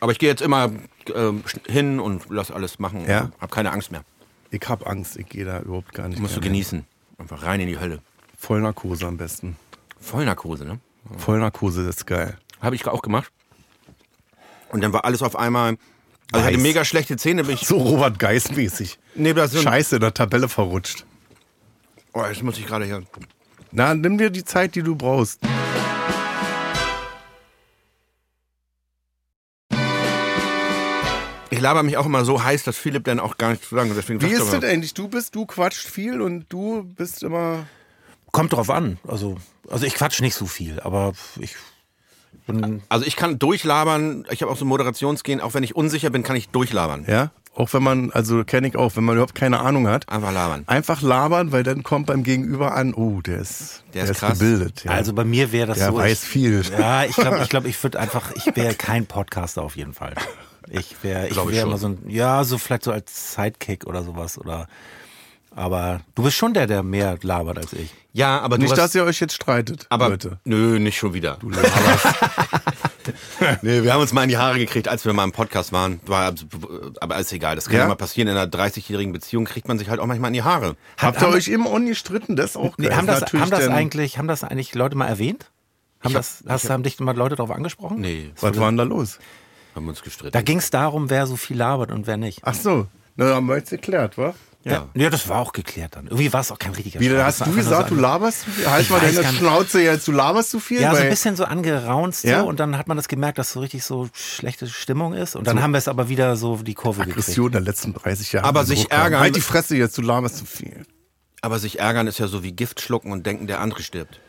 Speaker 4: Aber ich gehe jetzt immer ähm, sch- hin und lass alles machen.
Speaker 2: Ja.
Speaker 4: Hab keine Angst mehr.
Speaker 2: Ich hab Angst, ich gehe da überhaupt gar nicht.
Speaker 4: Musst du
Speaker 2: gerne.
Speaker 4: genießen. Einfach rein in die Hölle.
Speaker 2: Vollnarkose am besten.
Speaker 4: Vollnarkose, ne?
Speaker 2: Vollnarkose ist geil.
Speaker 4: Habe ich auch gemacht. Und dann war alles auf einmal Also ich hatte
Speaker 2: Weiß.
Speaker 4: mega schlechte Zähne. Bin ich,
Speaker 2: So Robert Geist-mäßig.
Speaker 4: nee, das sind,
Speaker 2: Scheiße, in der Tabelle verrutscht.
Speaker 4: oh, jetzt muss ich gerade hier.
Speaker 2: Na, nimm dir die Zeit, die du brauchst.
Speaker 4: Ich laber mich auch immer so heiß, dass Philipp dann auch gar nicht zu sagen. Deswegen
Speaker 2: Wie
Speaker 4: sagst du
Speaker 2: ist
Speaker 4: aber-
Speaker 2: das eigentlich? Du bist, du quatscht viel und du bist immer.
Speaker 3: Kommt drauf an. Also, also ich quatsch nicht so viel, aber ich bin.
Speaker 4: Also ich kann durchlabern, ich habe auch so ein Moderationsgehen, auch wenn ich unsicher bin, kann ich durchlabern.
Speaker 2: Ja? Auch wenn man, also kenne ich auch, wenn man überhaupt keine Ahnung hat.
Speaker 4: Einfach labern.
Speaker 2: Einfach labern, weil dann kommt beim Gegenüber an, oh, der ist,
Speaker 4: Der ist krass.
Speaker 2: gebildet. Ja.
Speaker 3: Also bei mir wäre das
Speaker 2: der
Speaker 3: so.
Speaker 2: weiß
Speaker 3: ich,
Speaker 2: viel.
Speaker 3: Ja, ich glaube, ich, glaub, ich würde einfach, ich wäre kein Podcaster auf jeden Fall. Ich wäre, ich
Speaker 4: Glaub ich
Speaker 3: wäre
Speaker 4: schon.
Speaker 3: immer so ein, ja, so vielleicht so als Sidekick oder sowas oder. Aber du bist schon der, der mehr labert als ich.
Speaker 4: Ja, aber du
Speaker 2: Nicht,
Speaker 4: hast,
Speaker 2: dass ihr euch jetzt streitet,
Speaker 4: aber
Speaker 2: Leute.
Speaker 4: nö, nicht schon wieder. Du *laughs* nee, wir haben uns mal in die Haare gekriegt, als wir mal im Podcast waren. War, aber ist egal, das kann
Speaker 2: Ja?
Speaker 4: ja mal passieren. In einer 30-jährigen Beziehung kriegt man sich halt auch manchmal in die Haare.
Speaker 2: Habt ihr euch immer ungestritten? Das ist auch
Speaker 3: Nee,
Speaker 2: geil.
Speaker 3: haben, das,
Speaker 2: Natürlich
Speaker 3: haben, das
Speaker 2: denn-
Speaker 3: eigentlich, haben das eigentlich Leute mal erwähnt? Haben,
Speaker 4: hab-
Speaker 3: das, hast, haben dich mal Leute darauf angesprochen?
Speaker 4: Nee,
Speaker 2: Was war denn da los?
Speaker 4: haben wir uns gestritten.
Speaker 3: Da ging es darum, wer so viel labert und wer nicht.
Speaker 2: Ach so, na, dann haben wir jetzt geklärt, wa?
Speaker 4: Ja.
Speaker 3: ja, das war auch geklärt dann. Irgendwie war es auch kein richtiger
Speaker 2: Ah. Wie,
Speaker 3: Streit.
Speaker 2: da hast
Speaker 3: Das
Speaker 2: du
Speaker 3: war einfach nur
Speaker 2: gesagt,
Speaker 3: so
Speaker 2: du
Speaker 3: ein-
Speaker 2: laberst, halt
Speaker 3: Ich
Speaker 2: mal
Speaker 3: weiß
Speaker 2: deine
Speaker 3: gar nicht.
Speaker 2: Schnauze jetzt, du laberst zu viel?
Speaker 3: Ja, so ein
Speaker 2: weil-
Speaker 3: bisschen so angeraunzt so,
Speaker 2: Ja?
Speaker 3: und dann hat man das gemerkt, dass so richtig so schlechte Stimmung ist und dann haben wir es aber wieder so die Kurve gekriegt.
Speaker 2: Aggression der letzten 30 Jahre.
Speaker 4: Aber
Speaker 2: Also,
Speaker 4: sich
Speaker 2: Rückgang.
Speaker 4: ärgern-
Speaker 2: Halt die Fresse jetzt, du laberst zu viel.
Speaker 4: Aber sich ärgern ist ja so wie Gift schlucken und denken, der andere stirbt.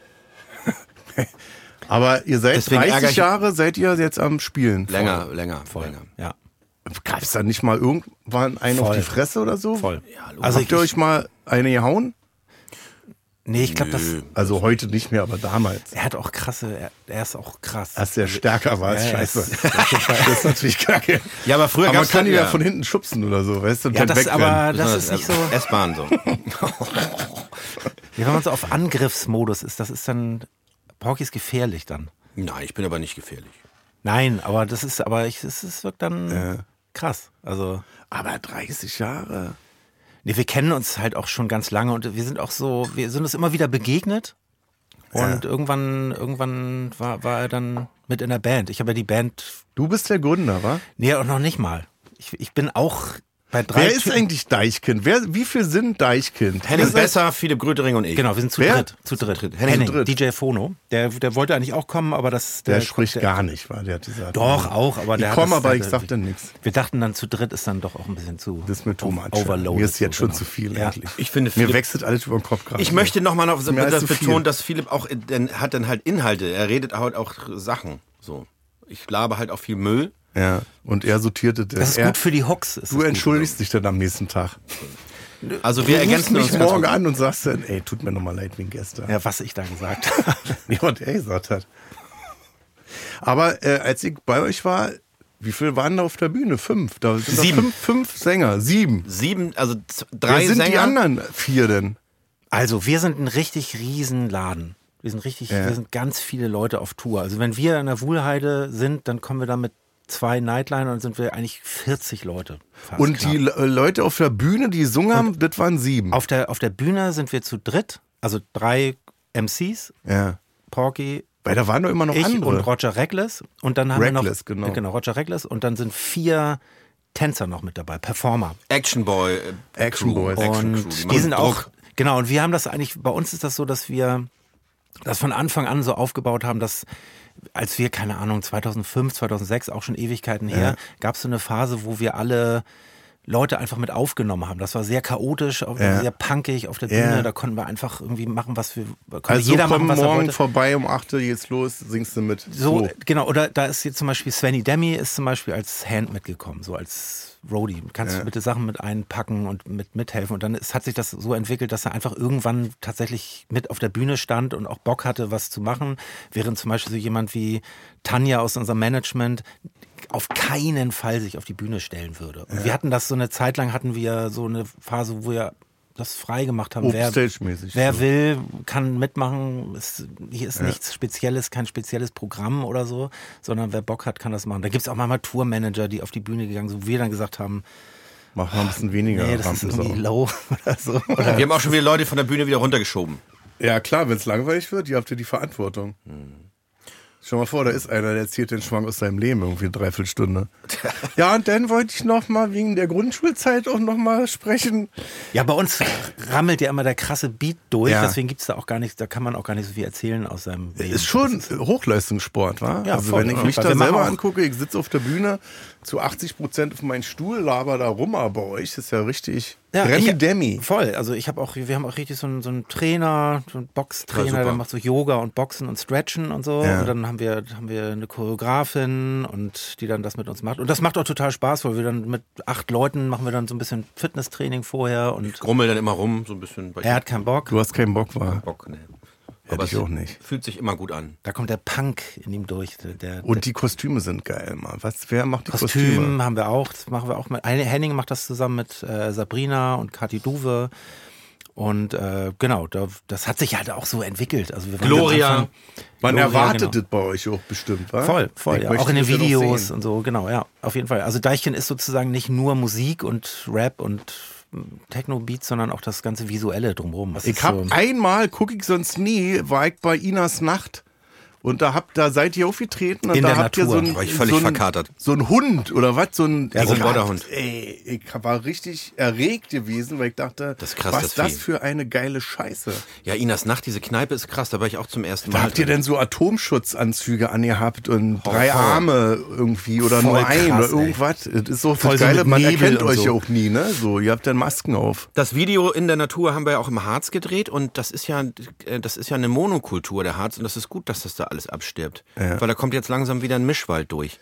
Speaker 2: Aber ihr seid
Speaker 4: Deswegen ärgere
Speaker 2: 30
Speaker 4: ich-
Speaker 2: Jahre, seid ihr jetzt am Spielen.
Speaker 4: Länger, länger, länger.
Speaker 3: Ja,
Speaker 2: Gab es da nicht mal irgendwann einen auf
Speaker 3: Voll.
Speaker 2: die Fresse oder so?
Speaker 3: voll.
Speaker 2: Also
Speaker 3: Also
Speaker 2: Habt
Speaker 3: ich,
Speaker 2: ihr euch mal eine gehauen?
Speaker 3: nee, ich glaube, das
Speaker 2: Also heute nicht mehr, aber damals.
Speaker 3: er hat auch krasse, er, er ist auch krass.
Speaker 2: Als der stärker war, ist
Speaker 3: Ja, ja,
Speaker 2: scheiße. Das ist natürlich kacke.
Speaker 4: Ja, aber früher
Speaker 2: aber man
Speaker 4: gab's
Speaker 2: kann
Speaker 4: dann-
Speaker 2: ihn ja
Speaker 4: ja.
Speaker 2: von hinten schubsen oder so, weißt du? und
Speaker 3: ja,
Speaker 2: dann
Speaker 3: das
Speaker 2: wegrennen.
Speaker 3: aber das ist nicht so. Ja,
Speaker 4: S-Bahn so.
Speaker 3: wenn man so auf Angriffsmodus ist, das ist dann Porky ist gefährlich dann.
Speaker 4: Nein, ich bin aber nicht gefährlich.
Speaker 3: Nein, aber das ist aber ich es es wirkt dann krass. Also
Speaker 2: Aber 30 Jahre.
Speaker 3: Nee, wir kennen uns halt auch schon ganz lange und wir sind auch so, wir sind uns immer wieder begegnet. Und irgendwann, irgendwann war, war er dann mit in der Band. Ich habe ja die Band,
Speaker 2: Du bist der Gründer, wa?
Speaker 3: nee, auch noch nicht mal. Ich, ich bin auch bei drei.
Speaker 2: Wer ist
Speaker 3: Typen-
Speaker 2: eigentlich Deichkind? Wer, wie viel sind Deichkind?
Speaker 4: Henning
Speaker 2: Das ist-
Speaker 4: Besser, Philipp Grötering und ich.
Speaker 3: Genau, wir sind zu
Speaker 2: Wer?
Speaker 3: dritt. Zu dritt.
Speaker 4: Henning
Speaker 3: Henning,
Speaker 2: zu dritt.
Speaker 3: DJ Phono. Der, der wollte eigentlich auch kommen, aber das.
Speaker 2: Der spricht
Speaker 3: der,
Speaker 2: gar nicht, war der hat gesagt.
Speaker 3: Doch, auch, aber
Speaker 2: Ich
Speaker 3: der. hat
Speaker 2: komme,
Speaker 3: das-
Speaker 2: aber ich
Speaker 3: der-
Speaker 2: sag dann nichts.
Speaker 3: Wir dachten dann, zu dritt ist dann doch auch ein bisschen zu.
Speaker 2: Das ist mir too much.
Speaker 3: Overloaded.
Speaker 2: Mir ist jetzt
Speaker 3: so,
Speaker 2: schon
Speaker 3: genau.
Speaker 2: zu viel
Speaker 3: Ja.
Speaker 2: eigentlich.
Speaker 4: Ich finde
Speaker 2: Mir
Speaker 4: Philipp,
Speaker 2: wechselt alles über den Kopf gerade.
Speaker 4: ich möchte nochmal noch
Speaker 2: Mir ist
Speaker 4: das
Speaker 2: zu viel.
Speaker 4: betonen, dass Philipp auch in- denn, hat dann halt Inhalte. Er redet halt auch Sachen. So. Ich labe halt auch viel Müll.
Speaker 2: Ja, und er sortierte das.
Speaker 3: Das ist
Speaker 2: er,
Speaker 3: gut für die Hooks. ist
Speaker 2: du
Speaker 3: das gut.
Speaker 2: entschuldigst dich dann am nächsten Tag.
Speaker 4: Also wir
Speaker 2: Du rufst
Speaker 4: ergänzen
Speaker 2: mich
Speaker 4: uns ganz
Speaker 2: morgen
Speaker 4: gut.
Speaker 2: an und sagst dann, ey, tut mir nochmal leid wegen gestern.
Speaker 3: Ja, was ich da gesagt *laughs* habe.
Speaker 2: Ja, und er gesagt hat. Aber äh, als ich bei euch war, wie viel waren da auf der Bühne? Fünf. Da sind
Speaker 4: Sieben.
Speaker 2: Doch fünf, fünf Sänger. Sieben.
Speaker 4: Sieben, also z-
Speaker 2: Wer
Speaker 4: drei
Speaker 2: sind
Speaker 4: Sänger.
Speaker 2: die anderen vier denn?
Speaker 3: Also, wir sind ein richtig riesen Laden. Wir sind richtig, wir sind ganz viele Leute auf Tour. Also, wenn wir in der Wuhlheide sind, dann kommen wir da mit zwei Nightline und sind wir eigentlich 40 Leute. fast
Speaker 2: Und
Speaker 3: knapp.
Speaker 2: die Le- Leute auf der Bühne, die gesungen haben, das waren sieben.
Speaker 3: auf der, auf der Bühne sind wir zu dritt, also drei MCs,
Speaker 2: ja.
Speaker 3: Porky,
Speaker 2: Weil da waren doch immer noch
Speaker 3: ich
Speaker 2: andere.
Speaker 3: und Roger Reckless. Und dann haben wir
Speaker 2: Reckless,
Speaker 3: noch,
Speaker 2: genau.
Speaker 3: genau, Roger Reckless. Und dann sind vier Tänzer noch mit dabei, Performer.
Speaker 4: Action Boy. äh,
Speaker 2: Action
Speaker 4: Crew.
Speaker 2: Boys.
Speaker 4: Action
Speaker 3: Und
Speaker 4: Crew.
Speaker 3: die,
Speaker 4: machen
Speaker 3: sind auch,
Speaker 4: Druck.
Speaker 3: genau, und wir haben das eigentlich, bei uns ist das so, dass wir das von Anfang an so aufgebaut haben, dass als wir, keine Ahnung, 2005, 2006, auch schon Ewigkeiten her, gab es so eine Phase, wo wir alle Leute einfach mit aufgenommen haben. Das war sehr chaotisch, auch
Speaker 2: Ja.
Speaker 3: sehr punkig auf der
Speaker 2: Ja.
Speaker 3: Bühne. Da konnten wir einfach irgendwie machen, was wir, konnte
Speaker 2: Also
Speaker 3: jeder
Speaker 2: komm
Speaker 3: machen, was er
Speaker 2: morgen
Speaker 3: wollte.
Speaker 2: vorbei um 8 Uhr geht's los, singst du mit.
Speaker 3: So, genau, oder da ist jetzt zum Beispiel Svenny Demi ist zum Beispiel als Hand mitgekommen, so als Roadie. Kannst du bitte Sachen mit einpacken und mit mithelfen? Und dann ist, hat sich das so entwickelt, dass er einfach irgendwann tatsächlich mit auf der Bühne stand und auch Bock hatte, was zu machen. Während zum Beispiel so jemand wie Tanja aus unserem Management auf keinen Fall sich auf die Bühne stellen würde. Und wir hatten das so eine Zeit lang, hatten wir so eine Phase, wo wir das frei gemacht haben. Wer-
Speaker 2: Upstage-mäßig.
Speaker 3: Wer will, kann mitmachen. Es, hier ist nichts Spezielles, kein spezielles Programm oder so, sondern wer Bock hat, kann das machen. Da gibt es auch manchmal Tourmanager, die auf die Bühne gegangen sind, wo wir dann gesagt haben,
Speaker 2: Mach mal ein bisschen weniger.
Speaker 3: nee, das ist
Speaker 2: Rampensau.
Speaker 3: irgendwie low *laughs* oder so. Oder
Speaker 4: Wir haben auch schon wieder Leute von der Bühne wieder runtergeschoben.
Speaker 3: Hm.
Speaker 2: ja klar, wenn es langweilig wird, ihr habt ja die Verantwortung. Stell mal vor, da ist einer, der erzählt den Schwang aus seinem Leben irgendwie eine Dreiviertelstunde. ja, und dann wollte ich noch mal wegen der Grundschulzeit auch noch mal sprechen.
Speaker 3: Ja, bei uns rammelt ja immer der krasse Beat durch,
Speaker 2: Ja.
Speaker 3: deswegen gibt es da auch gar nichts, da kann man auch gar nicht so viel erzählen aus seinem Leben.
Speaker 2: Ist schon Hochleistungssport, wa?
Speaker 3: Ja,
Speaker 2: also
Speaker 3: voll.
Speaker 2: wenn ich mich
Speaker 3: Ja.
Speaker 2: da
Speaker 3: Wir machen
Speaker 2: selber
Speaker 3: auch-
Speaker 2: angucke, ich sitze auf der Bühne zu 80 Prozent auf meinen Stuhl, laber da rum, aber bei euch ist ja richtig
Speaker 3: Ja,
Speaker 2: Remi
Speaker 3: ich-
Speaker 2: Demi.
Speaker 3: Voll, also ich habe auch, wir haben auch richtig so einen, so einen Trainer, so einen Boxtrainer,
Speaker 4: super.
Speaker 3: der macht so Yoga und Boxen und Stretchen und so.
Speaker 2: Ja.
Speaker 3: Und dann haben wir, haben wir eine Choreografin und die dann das mit uns macht. Und das macht auch total Spaß, weil wir dann mit acht Leuten machen wir dann so ein bisschen Fitnesstraining vorher und
Speaker 4: Grummel dann immer rum, so ein bisschen. Weil
Speaker 3: er hat keinen Bock.
Speaker 2: Du hast keinen Bock, war.
Speaker 4: Bock, ne.
Speaker 2: Hätte ich
Speaker 4: es
Speaker 2: auch nicht.
Speaker 4: Fühlt sich immer gut an.
Speaker 3: Da kommt der Punk in ihm durch. Der, der,
Speaker 2: Und die Kostüme sind geil, Mann. Was, wer macht die
Speaker 3: Kostüm
Speaker 2: Kostüme?
Speaker 3: haben wir auch, das machen wir auch mit. Eine- Henning macht das zusammen mit äh, Sabrina und Kati Duwe. Und äh, genau, da, das hat sich halt auch so entwickelt. Also wir waren
Speaker 4: Gloria.
Speaker 3: am Anfang-
Speaker 2: Man
Speaker 3: Gloria,
Speaker 2: erwartet
Speaker 3: genau.
Speaker 2: das bei euch auch bestimmt, wa?
Speaker 3: Voll, voll.
Speaker 2: Ich
Speaker 3: Ja.
Speaker 2: möchte
Speaker 3: Auch in den
Speaker 2: das ja noch
Speaker 3: Videos
Speaker 2: sehen.
Speaker 3: und so, genau, ja, auf jeden Fall. Also Deichkind ist sozusagen nicht nur Musik und Rap und Techno-Beats, sondern auch das ganze Visuelle drumherum. Das
Speaker 2: Ich
Speaker 3: ist
Speaker 2: hab
Speaker 3: so,
Speaker 2: einmal, guck ich sonst nie, war ich bei Inas Nacht. Und da habt, da seid ihr aufgetreten und
Speaker 3: In
Speaker 2: da
Speaker 3: der
Speaker 2: habt ihr
Speaker 3: Natur.
Speaker 2: so ein,
Speaker 4: Da war ich völlig
Speaker 2: so ein,
Speaker 4: verkatert.
Speaker 2: So ein Hund oder was? So ein,
Speaker 4: so ein
Speaker 2: Gott,
Speaker 4: Vorderhund.
Speaker 2: Ey, ich war richtig erregt gewesen, weil ich dachte,
Speaker 4: Das ist krass,
Speaker 2: was
Speaker 4: das
Speaker 2: ist das
Speaker 4: Vieh.
Speaker 2: für eine geile Scheiße.
Speaker 4: Ja, Inas Nacht, diese Kneipe ist krass, da war ich auch zum ersten Mal.
Speaker 2: Da habt ihr
Speaker 4: drin.
Speaker 2: denn so Atomschutzanzüge angehabt und drei
Speaker 4: Oh, voll.
Speaker 2: Arme irgendwie oder
Speaker 3: Voll
Speaker 2: nur ein
Speaker 3: krass,
Speaker 2: oder irgendwas. Das ist so
Speaker 3: Voll
Speaker 2: das
Speaker 3: so
Speaker 2: Geile,
Speaker 3: mit
Speaker 2: man
Speaker 3: Nebel
Speaker 2: erkennt
Speaker 3: und
Speaker 2: euch
Speaker 3: so.
Speaker 2: ja auch nie, ne? So, ihr habt dann Masken auf.
Speaker 4: Das Video in der Natur haben wir ja auch im Harz gedreht und das ist ja, äh, das ist ja eine Monokultur, der Harz, und das ist gut, dass das da alles abstirbt. Weil da kommt jetzt langsam wieder ein Mischwald durch.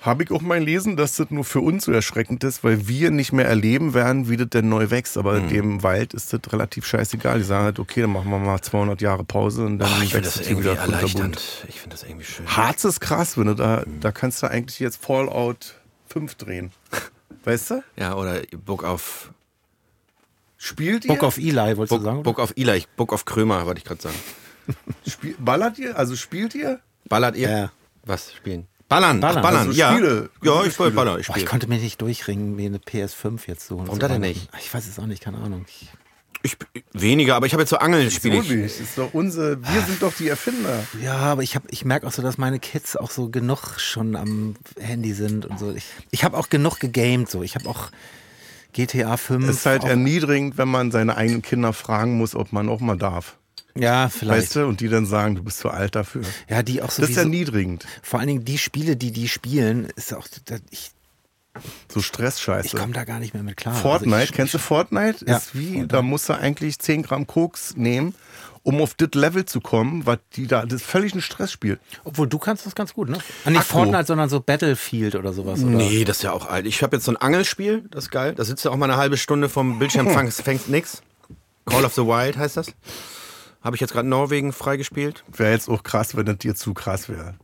Speaker 2: Habe ich auch mal lesen, dass das nur für uns so erschreckend ist, weil wir nicht mehr erleben werden, wie das denn neu wächst. Aber
Speaker 4: Mhm.
Speaker 2: dem Wald ist das relativ scheißegal. Die sagen halt, okay, dann machen wir mal 200 Jahre Pause und dann
Speaker 4: Ach, ich finde
Speaker 2: wächst
Speaker 4: das
Speaker 2: das hier
Speaker 4: irgendwie
Speaker 2: wieder kunterbunt.
Speaker 4: erleichternd. Mhm. Ich finde das irgendwie schön.
Speaker 2: Harz ist krass, wenn du da, da kannst du eigentlich jetzt Fallout 5 drehen.
Speaker 4: *laughs*
Speaker 2: Weißt du?
Speaker 4: Ja, oder Book auf,
Speaker 2: Spielt ihr?
Speaker 3: Book of Eli, wolltest
Speaker 4: Book,
Speaker 3: du sagen?
Speaker 4: Book auf Ila, ich, Book auf Krömer, wollte ich gerade sagen.
Speaker 2: Spiel, ballert ihr? Also spielt ihr?
Speaker 4: Ballert ihr?
Speaker 3: Ja.
Speaker 4: Was spielen? Ballern, ballern,
Speaker 3: Ballern.
Speaker 4: Ach, ballern.
Speaker 2: Also
Speaker 4: ja.
Speaker 2: Spiele.
Speaker 4: ja, ich wollte ballern. Ich
Speaker 3: Boah, ich
Speaker 4: spiele.
Speaker 3: konnte mir nicht durchringen, mir eine PS5 jetzt so.
Speaker 4: Warum
Speaker 3: so
Speaker 4: das denn nicht?
Speaker 3: Ich weiß es auch nicht, keine Ahnung. Ich,
Speaker 4: Ich, weniger, aber ich habe jetzt so Angeln
Speaker 2: So
Speaker 4: spiele ich.
Speaker 2: nicht. Ist doch unser, wir sind doch die Erfinder.
Speaker 3: ja, aber ich, hab- ich merke auch so, dass meine Kids auch so genug schon am Handy sind und so. Ich, ich habe auch genug gegamed so. Ich habe auch GTA 5.
Speaker 2: Es ist halt
Speaker 3: auch,
Speaker 2: erniedrigend, wenn man seine eigenen Kinder fragen muss, ob man auch mal darf.
Speaker 3: ja, vielleicht.
Speaker 2: Weißt du? Und die dann sagen, du bist zu alt dafür.
Speaker 3: ja, die auch so
Speaker 2: Das
Speaker 3: wie
Speaker 2: ist
Speaker 3: so-
Speaker 2: erniedrigend.
Speaker 3: Vor allen Dingen die Spiele, die die spielen, ist auch, da- ich,
Speaker 2: So
Speaker 3: ich
Speaker 2: Stressscheiße.
Speaker 3: komme da gar nicht mehr mit klar.
Speaker 2: Also Fortnite,
Speaker 3: Also ich,
Speaker 2: kennst du Fortnite?
Speaker 3: Ja.
Speaker 2: Ist wie, da musst du eigentlich 10 Gramm Koks nehmen, um auf das Level zu kommen, was die da, das ist völlig ein Stressspiel.
Speaker 3: Obwohl du kannst das ganz gut, ne? Ah, Nicht
Speaker 2: Akro.
Speaker 3: Fortnite, sondern so Battlefield oder sowas. Oder?
Speaker 4: Nee, das ist ja auch alt. Ich habe jetzt so ein Angelspiel, das ist geil. Da sitzt du auch mal eine halbe Stunde
Speaker 2: *laughs*
Speaker 4: vom Bildschirm, fängst, fängst nix. Call of the Wild heißt das. Habe ich jetzt gerade Norwegen freigespielt.
Speaker 2: Wäre jetzt auch krass, wenn das dir zu krass wäre.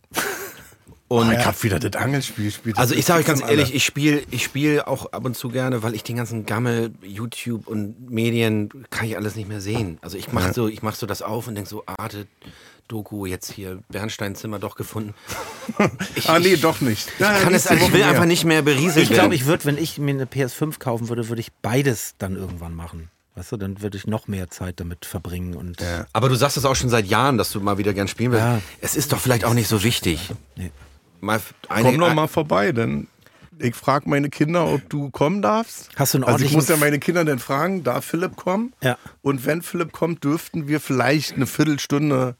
Speaker 2: Oh
Speaker 4: Und
Speaker 2: Ich hab wieder das Angelspiel gespielt.
Speaker 4: Also ich sage euch ganz
Speaker 2: Alle.
Speaker 4: ehrlich, ich spiele ich spiel auch ab und zu gerne, weil ich den ganzen Gammel, YouTube und Medien, kann ich alles nicht mehr sehen. Also ich mache so, ich mach so das auf und denke so, Arte, Doku, jetzt hier Bernsteinzimmer
Speaker 2: *laughs*
Speaker 4: doch gefunden. Ich,
Speaker 2: Ah, nee,
Speaker 4: ich,
Speaker 2: doch nicht.
Speaker 4: Ich, kann es, ich will einfach nicht mehr berieselt
Speaker 3: Ich glaube,
Speaker 4: werden.
Speaker 3: ich würde, wenn ich mir eine PS5 kaufen würde, würde ich beides dann irgendwann machen. Weißt du, dann würde ich noch mehr Zeit damit verbringen und
Speaker 4: Aber du sagst es auch schon seit Jahren, dass du mal wieder gern spielen willst.
Speaker 3: Ja.
Speaker 4: Es ist doch vielleicht auch nicht so wichtig.
Speaker 3: nee.
Speaker 4: Mal f- eine,
Speaker 2: Komm doch mal vorbei, denn ich frage meine Kinder, ob du kommen darfst.
Speaker 3: Hast du einen
Speaker 2: Also ich
Speaker 3: ordentlichen
Speaker 2: muss ja
Speaker 3: F-
Speaker 2: meine Kinder dann fragen, darf Philipp kommen?
Speaker 3: Ja.
Speaker 2: Und wenn Philipp kommt, dürften wir vielleicht eine Viertelstunde.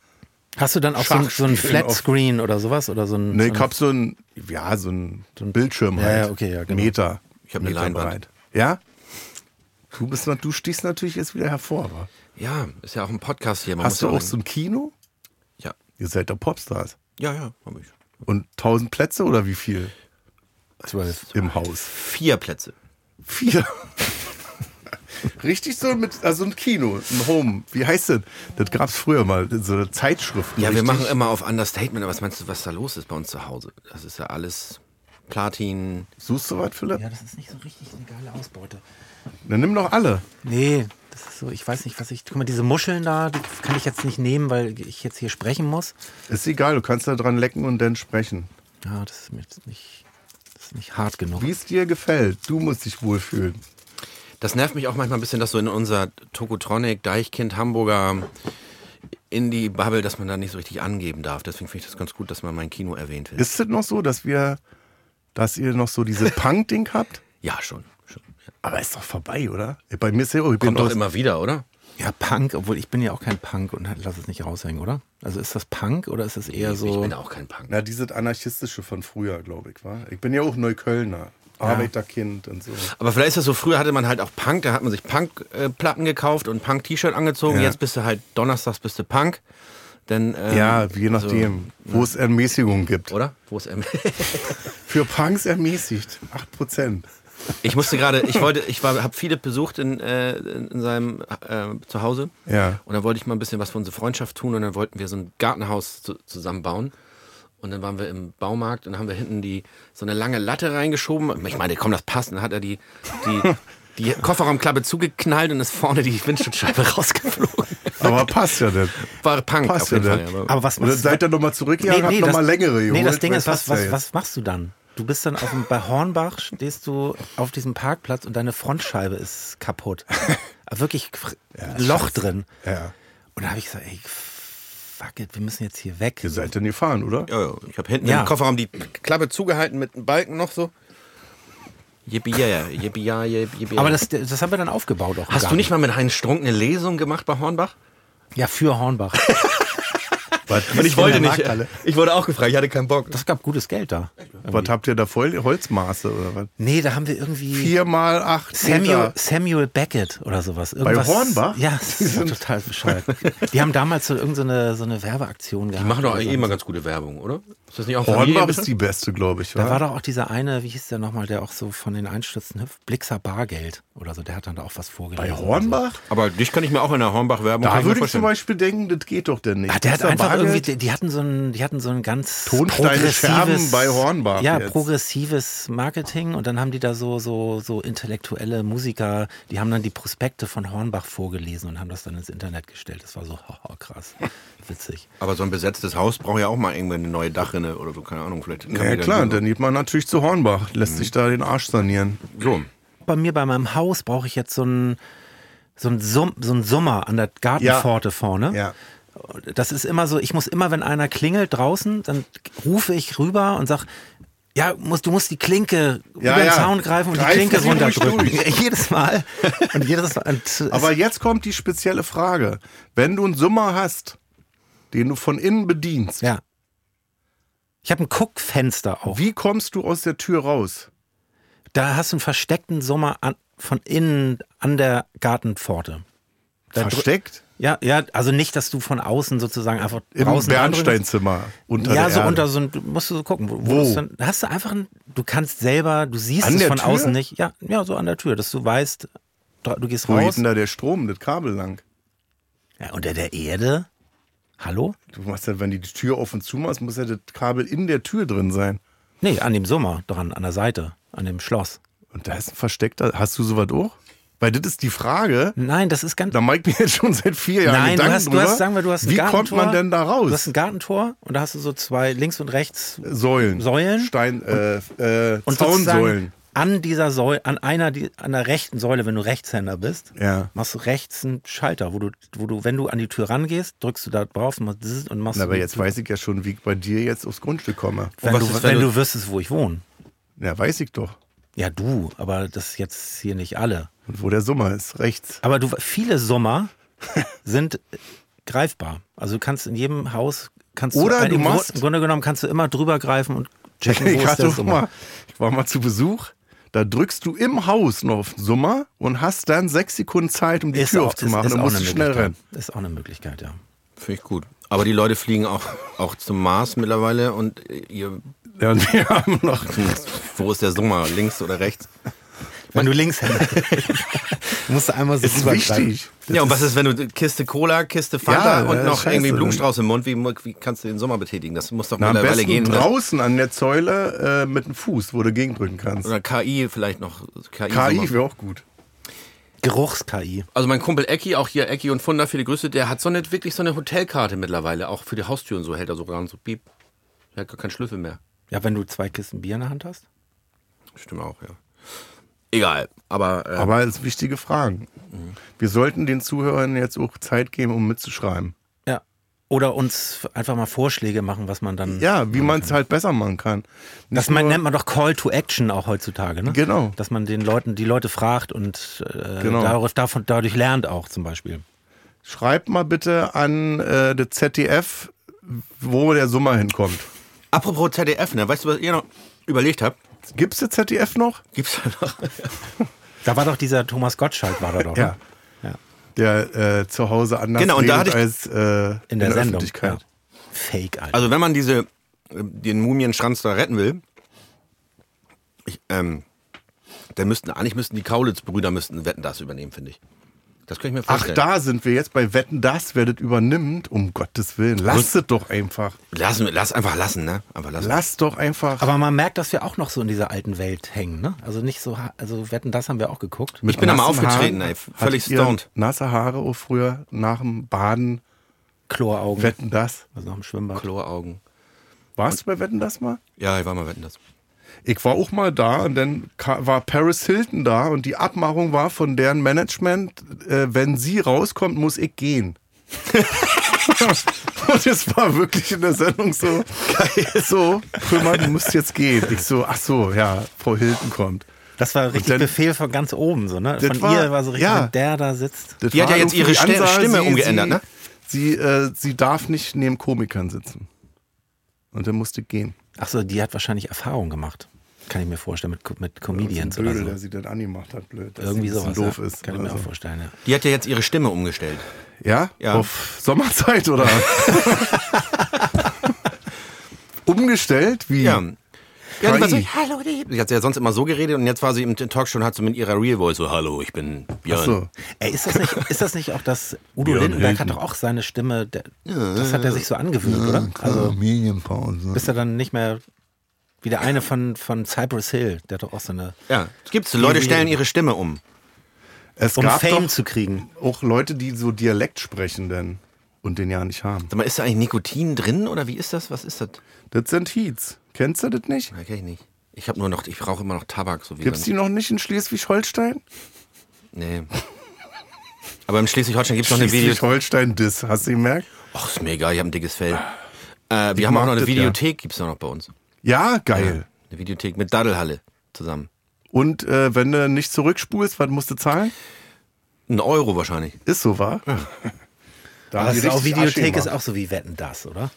Speaker 3: Hast du dann auch so ein, so
Speaker 2: Schachspielen
Speaker 3: ein
Speaker 2: auf-
Speaker 3: Flatscreen oder sowas? Oder so ein,
Speaker 2: Ne,
Speaker 3: so
Speaker 2: ich
Speaker 3: ein-
Speaker 2: hab so ein, ja, so ein Bildschirm
Speaker 3: Ja,
Speaker 2: halt.
Speaker 3: ja, okay, ja, genau.
Speaker 2: Meter.
Speaker 4: Ich hab die
Speaker 2: Meter
Speaker 4: Leinwand.
Speaker 2: breit. Ja? Du bist, nat- du stichst natürlich jetzt wieder hervor. Aber
Speaker 4: Ja, ist ja auch ein Podcast hier. Man muss
Speaker 2: hast du
Speaker 4: ja
Speaker 2: auch so ein Kino?
Speaker 4: Ja,
Speaker 2: Ihr seid doch Popstars.
Speaker 4: ja, ja, hab ich.
Speaker 2: Und 1000 Plätze oder wie viel
Speaker 3: zwölf.
Speaker 2: im Haus?
Speaker 4: Vier Plätze.
Speaker 2: *laughs* Vier. Richtig so mit, also ein Kino, ein Home. Wie heißt denn? Das gab's früher mal, so eine Zeitschrift.
Speaker 4: Ja, wir
Speaker 2: richtig?
Speaker 4: machen immer auf Understatement, aber was meinst du, was da los ist bei uns zu Hause? Das ist ja alles Platin.
Speaker 2: Suchst du was, Philipp?
Speaker 3: Ja, das ist nicht so richtig legale Ausbeute.
Speaker 2: Dann nimm doch alle.
Speaker 3: Nee, das ist so, ich weiß nicht, was ich. Guck mal, diese Muscheln da, die kann ich jetzt nicht nehmen, weil ich jetzt hier sprechen muss.
Speaker 2: Ist egal, du kannst da dran lecken und dann sprechen.
Speaker 3: Ja, das ist mir jetzt nicht, das ist nicht hart genug.
Speaker 2: Wie es dir gefällt. Du musst dich wohlfühlen.
Speaker 4: Das nervt mich auch manchmal ein bisschen, dass so in unserer Tokotronic, Deichkind, Hamburger in die Bubble, dass man da nicht so richtig angeben darf. Deswegen finde ich das ganz gut, dass man mein Kino erwähnt wird.
Speaker 2: Ist es noch so, dass wir, dass ihr noch so
Speaker 4: *laughs*
Speaker 2: diese Punk-Ding habt?
Speaker 4: Ja, schon. schon. Ja.
Speaker 2: Aber ist doch vorbei, oder? Bei mir ist ja, oh, ich bin
Speaker 4: Kommt doch
Speaker 2: aus-
Speaker 4: immer wieder, oder?
Speaker 3: Ja, Punk, obwohl ich bin ja auch kein Punk und lass es nicht raushängen, oder? Also ist das Punk oder ist es eher
Speaker 4: Ich
Speaker 3: so.
Speaker 4: bin auch kein Punk.
Speaker 2: Na, dieses anarchistische von früher, glaube ich, war. Ich bin ja auch Neuköllner, Arbeiterkind und so.
Speaker 4: Aber vielleicht ist das so, früher hatte man halt auch Punk, da hat man sich Punk-Platten gekauft und Punk-T-Shirt angezogen.
Speaker 2: Ja.
Speaker 4: Jetzt bist du halt donnerstags bist du Punk. Denn, ähm,
Speaker 2: Ja, je
Speaker 4: ne.
Speaker 2: nachdem, wo es Ermäßigung gibt.
Speaker 4: So, oder? Wo ist M?
Speaker 2: Für Punks ermäßigt, 8%.
Speaker 4: ich musste gerade, ich wollte, ich war, habe Philipp besucht in, äh, in seinem äh, Zuhause.
Speaker 2: Ja.
Speaker 4: Und dann wollte ich mal ein bisschen was für unsere Freundschaft tun und dann wollten wir so ein Gartenhaus zu, zusammenbauen. Und dann waren wir im Baumarkt und haben wir hinten die so eine lange Latte reingeschoben. Ich meine, komm, das passt. Und dann hat er die, die, die Kofferraumklappe zugeknallt und ist vorne die Windschutzscheibe *laughs* rausgeflogen.
Speaker 2: Aber passt ja nicht.
Speaker 4: War Punk
Speaker 2: Passt
Speaker 4: auf jeden
Speaker 2: ja
Speaker 4: Fall.
Speaker 2: nicht.
Speaker 4: ja, aber-
Speaker 3: Aber was
Speaker 2: Oder
Speaker 3: machst
Speaker 2: seid ihr nochmal zurückgegangen, habt nochmal längere
Speaker 3: Nee, das
Speaker 2: geholt,
Speaker 3: Ding
Speaker 2: weil
Speaker 3: ist, was,
Speaker 2: passt ja
Speaker 3: was,
Speaker 2: jetzt.
Speaker 3: was machst du dann? Du bist dann auf dem, bei Hornbach stehst du auf diesem Parkplatz und deine Frontscheibe ist kaputt. Aber Wirklich fr- Loch drin.
Speaker 2: Ja.
Speaker 3: Und da habe ich gesagt, ey, fuck it, wir müssen jetzt hier weg.
Speaker 2: Ihr seid denn gefahren, oder?
Speaker 4: Ja, ja. Ich habe hinten
Speaker 3: Ja.
Speaker 4: im Kofferraum die Klappe zugehalten mit einem Balken noch so. Yippie, ja, ja. Yippie, ja, yippie, yippie, ja.
Speaker 3: Aber das, das haben wir dann aufgebaut auch. im
Speaker 4: Hast du
Speaker 3: Garten.
Speaker 4: nicht mal mit Heinz Strunk eine Lesung gemacht bei Hornbach?
Speaker 3: Ja, für Hornbach.
Speaker 2: Was,
Speaker 4: Und ich wollte
Speaker 2: in der
Speaker 4: nicht.
Speaker 2: Markthalle?
Speaker 4: Ich wurde auch gefragt, ich hatte keinen Bock.
Speaker 3: Das gab gutes Geld da.
Speaker 2: Was habt ihr da voll? Holzmaße oder was?
Speaker 3: Nee, da haben wir irgendwie.
Speaker 2: Vier mal acht
Speaker 3: Samuel,
Speaker 2: Meter.
Speaker 3: Samuel Beckett oder sowas. Irgendwas,
Speaker 2: Hornbach?
Speaker 3: Ja, *laughs* das ist total bescheuert. Die haben damals so irgendeine so eine, so eine Werbeaktion gehabt.
Speaker 4: Die machen doch eigentlich
Speaker 3: Also,
Speaker 4: immer ganz gute Werbung, oder? Ist das nicht auch
Speaker 2: Hornbach ist
Speaker 4: Familienbetrieb?
Speaker 2: die beste, glaube ich.
Speaker 3: Da war
Speaker 2: wa?
Speaker 3: doch auch dieser eine, wie hieß der nochmal, der auch so von den Einstürzen hüpft? Blixer Bargeld oder so, der hat dann da auch was vorgelesen.
Speaker 2: Bei Hornbach?
Speaker 4: Aber dich kann ich mir auch in der Hornbach-Werbung kann
Speaker 2: Da
Speaker 4: mir
Speaker 2: würde ich
Speaker 4: vorstellen.
Speaker 2: zum Beispiel denken, das geht doch denn nicht.
Speaker 3: Ach, Ah, der hat
Speaker 2: Dieser
Speaker 3: einfach
Speaker 2: Bargeld-
Speaker 3: irgendwie, die, die hatten so ein, die hatten so ein ganz
Speaker 2: Tonsteine
Speaker 3: progressives,
Speaker 2: scherben bei Hornbach
Speaker 3: Ja,
Speaker 2: jetzt.
Speaker 3: progressives Marketing und dann haben die da so, so, so intellektuelle Musiker, die haben dann die Prospekte von Hornbach vorgelesen und haben das dann ins Internet gestellt. Das war so, *laughs* haha, krass, witzig.
Speaker 4: Aber so ein besetztes Haus braucht ja auch mal irgendwann eine neue Dachrinne oder so, keine Ahnung. Vielleicht kann
Speaker 2: Ja,
Speaker 4: die dann
Speaker 2: klar,
Speaker 4: so-
Speaker 2: dann geht man natürlich zu Hornbach,
Speaker 4: Mhm.
Speaker 2: lässt sich da den Arsch sanieren.
Speaker 4: so.
Speaker 3: Bei mir, bei meinem Haus brauche ich jetzt so ein, so ein, Sum, so ein Sommer an der Gartenpforte vorne.
Speaker 2: Ja.
Speaker 3: das ist immer so, ich muss immer, wenn einer klingelt draußen, dann rufe ich rüber und sag, ja, musst, du musst die Klinke
Speaker 2: Ja,
Speaker 3: über den
Speaker 2: ja.
Speaker 3: Zaun greifen und
Speaker 2: Greifen
Speaker 3: die Klinke
Speaker 2: Sie ruhig
Speaker 3: runterdrücken. *laughs* jedes Mal. Und jedes Mal.
Speaker 2: *laughs*
Speaker 3: Und
Speaker 2: Aber jetzt kommt die spezielle Frage. Wenn du einen Summer hast, den du von innen bedienst,
Speaker 3: es, ja. Ich habe ein Guckfenster auch.
Speaker 2: wie kommst du aus der Tür raus?
Speaker 3: Da hast du einen versteckten Sommer an, von innen an der Gartenpforte. Da drü-
Speaker 2: Versteckt?
Speaker 3: Ja, ja, also nicht, dass du von außen sozusagen einfach
Speaker 2: Im
Speaker 3: draußen andrückst.
Speaker 2: Bernsteinzimmer. Unter
Speaker 3: ja,
Speaker 2: der
Speaker 3: so
Speaker 2: Erde.
Speaker 3: unter so ein, du musst du so gucken, wo, wo,
Speaker 2: Wo?
Speaker 3: das dann, hast du einfach ein, du kannst selber, du siehst
Speaker 2: An
Speaker 3: es
Speaker 2: der
Speaker 3: von
Speaker 2: Tür?
Speaker 3: außen nicht. Ja, ja, so an der Tür, dass du weißt, dra- du gehst
Speaker 2: Wo geht
Speaker 3: raus.
Speaker 2: denn da der Strom, das Kabel lang?
Speaker 3: Ja, unter der Erde. Hallo?
Speaker 2: Du machst ja, wenn du die Tür auf und zu machst, muss ja das Kabel in der Tür drin sein.
Speaker 3: Nee, an dem Sommer dran, an der Seite, an dem Schloss.
Speaker 2: Und da ist ein versteckter. Hast du sowas auch? Weil das ist die Frage.
Speaker 3: Nein, das ist ganz.
Speaker 2: Da mache ich mir *laughs* jetzt schon seit vier Jahren
Speaker 3: Nein, du
Speaker 2: Gedanken
Speaker 3: hast, du
Speaker 2: drüber.
Speaker 3: hast, sagen wir, du hast ein
Speaker 2: Wie
Speaker 3: Gartentor.
Speaker 2: kommt man denn da
Speaker 3: Du hast
Speaker 2: raus?
Speaker 3: ein Gartentor und da hast du so zwei links und rechts
Speaker 2: Säulen.
Speaker 3: Säulen?
Speaker 2: Stein, äh, äh,
Speaker 3: und sozusagen
Speaker 2: Zaunsäulen.
Speaker 3: an dieser Säule, an einer, die, an der rechten Säule, wenn du Rechtshänder bist,
Speaker 2: Ja.
Speaker 3: machst du rechts einen Schalter, wo du, wo du, wenn du an die Tür rangehst, drückst du da drauf und machst zzz und machst.
Speaker 2: Na, aber
Speaker 3: du-
Speaker 2: jetzt weiß ich ja schon, wie ich bei dir jetzt aufs Grundstück komme.
Speaker 3: wenn,
Speaker 4: Was
Speaker 3: du,
Speaker 4: ist, wenn
Speaker 3: wenn
Speaker 4: du-
Speaker 3: du wüsstest, wo ich wohne.
Speaker 2: Ja, weiß ich doch.
Speaker 3: Ja, du, aber das jetzt hier nicht alle.
Speaker 2: Und wo der Sommer ist, rechts.
Speaker 3: Aber du, viele Sommer
Speaker 2: *laughs*
Speaker 3: sind greifbar. Also du kannst in jedem Haus kannst
Speaker 2: Oder
Speaker 3: du,
Speaker 2: du
Speaker 3: im Grund-
Speaker 2: machst-
Speaker 3: im Grunde genommen kannst du immer drüber greifen und
Speaker 2: *laughs*
Speaker 3: checken, wo
Speaker 2: Ich,
Speaker 3: ist
Speaker 2: hatte
Speaker 3: der
Speaker 2: auch
Speaker 3: Sommer.
Speaker 2: mal, ich war mal zu Besuch. Da drückst du im Haus noch auf den Sommer und hast dann sechs Sekunden Zeit, um die Tür aufzumachen. dann musst du schnell rennen.
Speaker 3: Möglichkeit. Ist auch eine Möglichkeit, ja.
Speaker 4: Finde ich gut. Aber die Leute fliegen auch, *laughs* auch zum Mars mittlerweile und äh, ihr, *laughs*
Speaker 2: Ja, und wir haben noch.
Speaker 4: wo ist der Sommer? Links oder rechts?
Speaker 3: Wenn du Linkshänder bist, *laughs* musst du einmal so
Speaker 2: Das ist
Speaker 3: rübergreifen.
Speaker 2: wichtig.
Speaker 4: ja, und was ist, wenn du Kiste Cola, Kiste Fanta
Speaker 2: Ja,
Speaker 4: und
Speaker 2: äh,
Speaker 4: noch
Speaker 2: scheiße,
Speaker 4: irgendwie
Speaker 2: dann-
Speaker 4: Blumenstrauß im Mund? Wie, wie kannst du den Sommer betätigen? Das muss doch
Speaker 2: Na, am
Speaker 4: mittlerweile
Speaker 2: besten
Speaker 4: gehen. ne?
Speaker 2: draußen an der Säule äh, mit dem Fuß, wo du gegendrücken kannst.
Speaker 4: Oder KI vielleicht noch. KI.
Speaker 2: KI
Speaker 4: Sommer.
Speaker 2: wäre auch gut.
Speaker 3: Geruchs-KI.
Speaker 4: Also mein Kumpel Ecki, auch hier Ecki und Funda, viele Grüße, der hat so eine, wirklich so eine Hotelkarte mittlerweile. Auch für die Haustür und so hält er so ran, so piep. Er hat gar keinen Schlüssel mehr.
Speaker 3: Ja, wenn du zwei Kisten Bier in der Hand hast.
Speaker 4: Stimmt auch, ja. Egal, aber, äh,
Speaker 2: Aber es sind
Speaker 4: Mhm.
Speaker 2: wichtige Fragen. Wir sollten den Zuhörern jetzt auch Zeit geben, um mitzuschreiben.
Speaker 3: Ja. Oder uns einfach mal Vorschläge machen, was man dann.
Speaker 2: Ja, wie man es halt besser machen kann.
Speaker 3: Das
Speaker 2: Nicht
Speaker 3: man,
Speaker 2: nur-
Speaker 3: nennt man doch Call to Action auch heutzutage, ne?
Speaker 2: Genau.
Speaker 3: Dass man den Leuten, die Leute fragt und äh,
Speaker 2: Genau.
Speaker 3: darauf, davon, dadurch lernt auch zum Beispiel.
Speaker 2: Schreibt mal bitte an äh, das ZDF, wo der Sommer hinkommt.
Speaker 4: Apropos ZDF, ne? Weißt du, was ich noch überlegt habe?
Speaker 2: Gibt's das ZDF noch?
Speaker 4: Gibt's da
Speaker 2: *laughs*
Speaker 4: noch?
Speaker 3: Da war doch dieser Thomas Gottschalk, war da doch.
Speaker 2: Ja.
Speaker 3: Ne? ja.
Speaker 2: Der äh, zu Hause anders
Speaker 4: Genau, und da
Speaker 2: redet
Speaker 4: hatte ich-
Speaker 2: als äh,
Speaker 3: In der Sendung. Ja.
Speaker 2: Öffentlichkeit.
Speaker 3: Fake, Alter.
Speaker 4: Also wenn man diese äh, den Mumienschranz da retten will, ich, ähm, dann müssten eigentlich müssten die Kaulitz-Brüder müssten Wetten das übernehmen, finde ich. Das könnte ich mir
Speaker 2: Ach,
Speaker 4: vorstellen.
Speaker 2: da sind wir jetzt bei Wetten, das werdet übernimmt. Um Gottes Willen. Lasst es doch einfach.
Speaker 4: Lassen, wir- lass einfach lassen, ne? Einfach lassen.
Speaker 2: Lasst doch einfach.
Speaker 3: aber man merkt, dass wir auch noch so in dieser alten Welt hängen, ne? Also nicht so, ha- also wetten, das haben wir auch geguckt.
Speaker 4: ich bin da mal
Speaker 2: Nassen
Speaker 4: aufgetreten,
Speaker 2: Haaren.
Speaker 4: ey. Völlig
Speaker 2: Hattet ihr
Speaker 4: stoned.
Speaker 2: Nasse Haare auch früher nach dem Baden.
Speaker 3: Chloraugen.
Speaker 2: Wetten, das.
Speaker 3: Also nach dem Schwimmbad.
Speaker 4: Chloraugen.
Speaker 2: Warst du bei Wetten, das mal?
Speaker 4: Ja, ich war mal Wetten das.
Speaker 2: Ich war auch mal da und dann ka- war Paris Hilton da und die Abmachung war von deren Management, äh, wenn sie rauskommt, muss ich gehen. *laughs* und es war wirklich in der Sendung so, so, Prümmer, du musst jetzt gehen. Ich so, ach so, ja, Frau Hilton kommt.
Speaker 3: Das war richtig
Speaker 2: dann-
Speaker 3: Befehl von ganz oben, so, ne?
Speaker 2: Das
Speaker 3: Von
Speaker 2: war-
Speaker 3: ihr war so richtig,
Speaker 2: ja.
Speaker 3: wenn der da sitzt.
Speaker 2: Das
Speaker 4: Die hat
Speaker 2: war
Speaker 4: ja jetzt
Speaker 2: irgendwie
Speaker 4: ihre
Speaker 2: die
Speaker 4: Ste- Stimme umgeändert,
Speaker 2: sie,
Speaker 4: ne?
Speaker 2: Sie, äh, sie darf nicht neben Komikern sitzen. Und dann musste ich gehen.
Speaker 3: Achso, die hat wahrscheinlich Erfahrung gemacht. Kann ich mir vorstellen, mit, mit Comedians
Speaker 2: Blöde,
Speaker 3: oder so.
Speaker 2: Also der sie dann angemacht hat, blöd. dass
Speaker 3: Irgendwie
Speaker 2: sie ein bisschen
Speaker 3: sowas.
Speaker 2: doof
Speaker 3: ja.
Speaker 2: ist.
Speaker 3: Kann ich
Speaker 2: oder
Speaker 3: mir auch
Speaker 2: so.
Speaker 3: vorstellen. Ja.
Speaker 4: Die hat ja jetzt ihre Stimme umgestellt.
Speaker 2: Ja?
Speaker 4: Ja.
Speaker 2: Auf Sommerzeit oder?
Speaker 3: *laughs*
Speaker 2: Umgestellt? Wie?
Speaker 4: Ja. Ja, die war so,
Speaker 2: KI.
Speaker 4: hallo, die. Sie hat ja sonst immer so geredet und jetzt war sie im Talkshow und hat so mit ihrer Real Voice so, hallo, ich bin Björn.
Speaker 2: Ach so.
Speaker 3: Ey, ist das nicht, ist das nicht auch das, Udo
Speaker 4: Björn
Speaker 3: Lindenberg
Speaker 4: Hilden.
Speaker 3: hat doch auch seine Stimme, der, das hat er sich so angewöhnt, oder? Also
Speaker 2: Familienpause.
Speaker 3: bist du dann nicht mehr wie der eine von, von Cypress Hill, der hat doch auch so eine,
Speaker 4: Ja, es gibt's. Leute
Speaker 3: Wie-
Speaker 4: stellen ihre Stimme um.
Speaker 2: Es
Speaker 3: um
Speaker 2: gab
Speaker 3: Fame
Speaker 2: doch
Speaker 3: zu kriegen.
Speaker 2: auch Leute, die so Dialekt sprechen denn und den ja nicht haben.
Speaker 4: Sag mal, ist da eigentlich Nikotin drin oder wie ist das? Was ist das?
Speaker 2: Das sind Heats. Kennst du das nicht?
Speaker 4: Ja, kenn ich nicht. Ich habe nur noch, ich rauche immer noch Tabak, so wie
Speaker 2: Gibt's die
Speaker 4: sonst.
Speaker 2: noch nicht in Schleswig-Holstein?
Speaker 4: Nee. Aber im Schleswig-Holstein gibt's noch eine Video.
Speaker 2: Schleswig-Holstein-Diss, hast du gemerkt?
Speaker 4: Ach, ist mir egal, ich habe ein dickes Fell. Äh, wir haben auch
Speaker 2: mag
Speaker 4: noch eine
Speaker 2: das, ja.
Speaker 4: Videothek, gibt's noch bei uns.
Speaker 2: Ja, geil.
Speaker 4: Eine Videothek mit Daddelhalle zusammen.
Speaker 2: Und äh, wenn du nicht zurückspulst, was musst du zahlen?
Speaker 4: Ein Euro wahrscheinlich.
Speaker 2: Ist so, wahr? *laughs* Da
Speaker 3: Aber
Speaker 2: haben
Speaker 3: das
Speaker 2: die
Speaker 3: ist auch
Speaker 2: richtig
Speaker 3: Videothek
Speaker 2: Asche
Speaker 3: ist
Speaker 2: gemacht.
Speaker 3: auch so wie Wetten das, oder?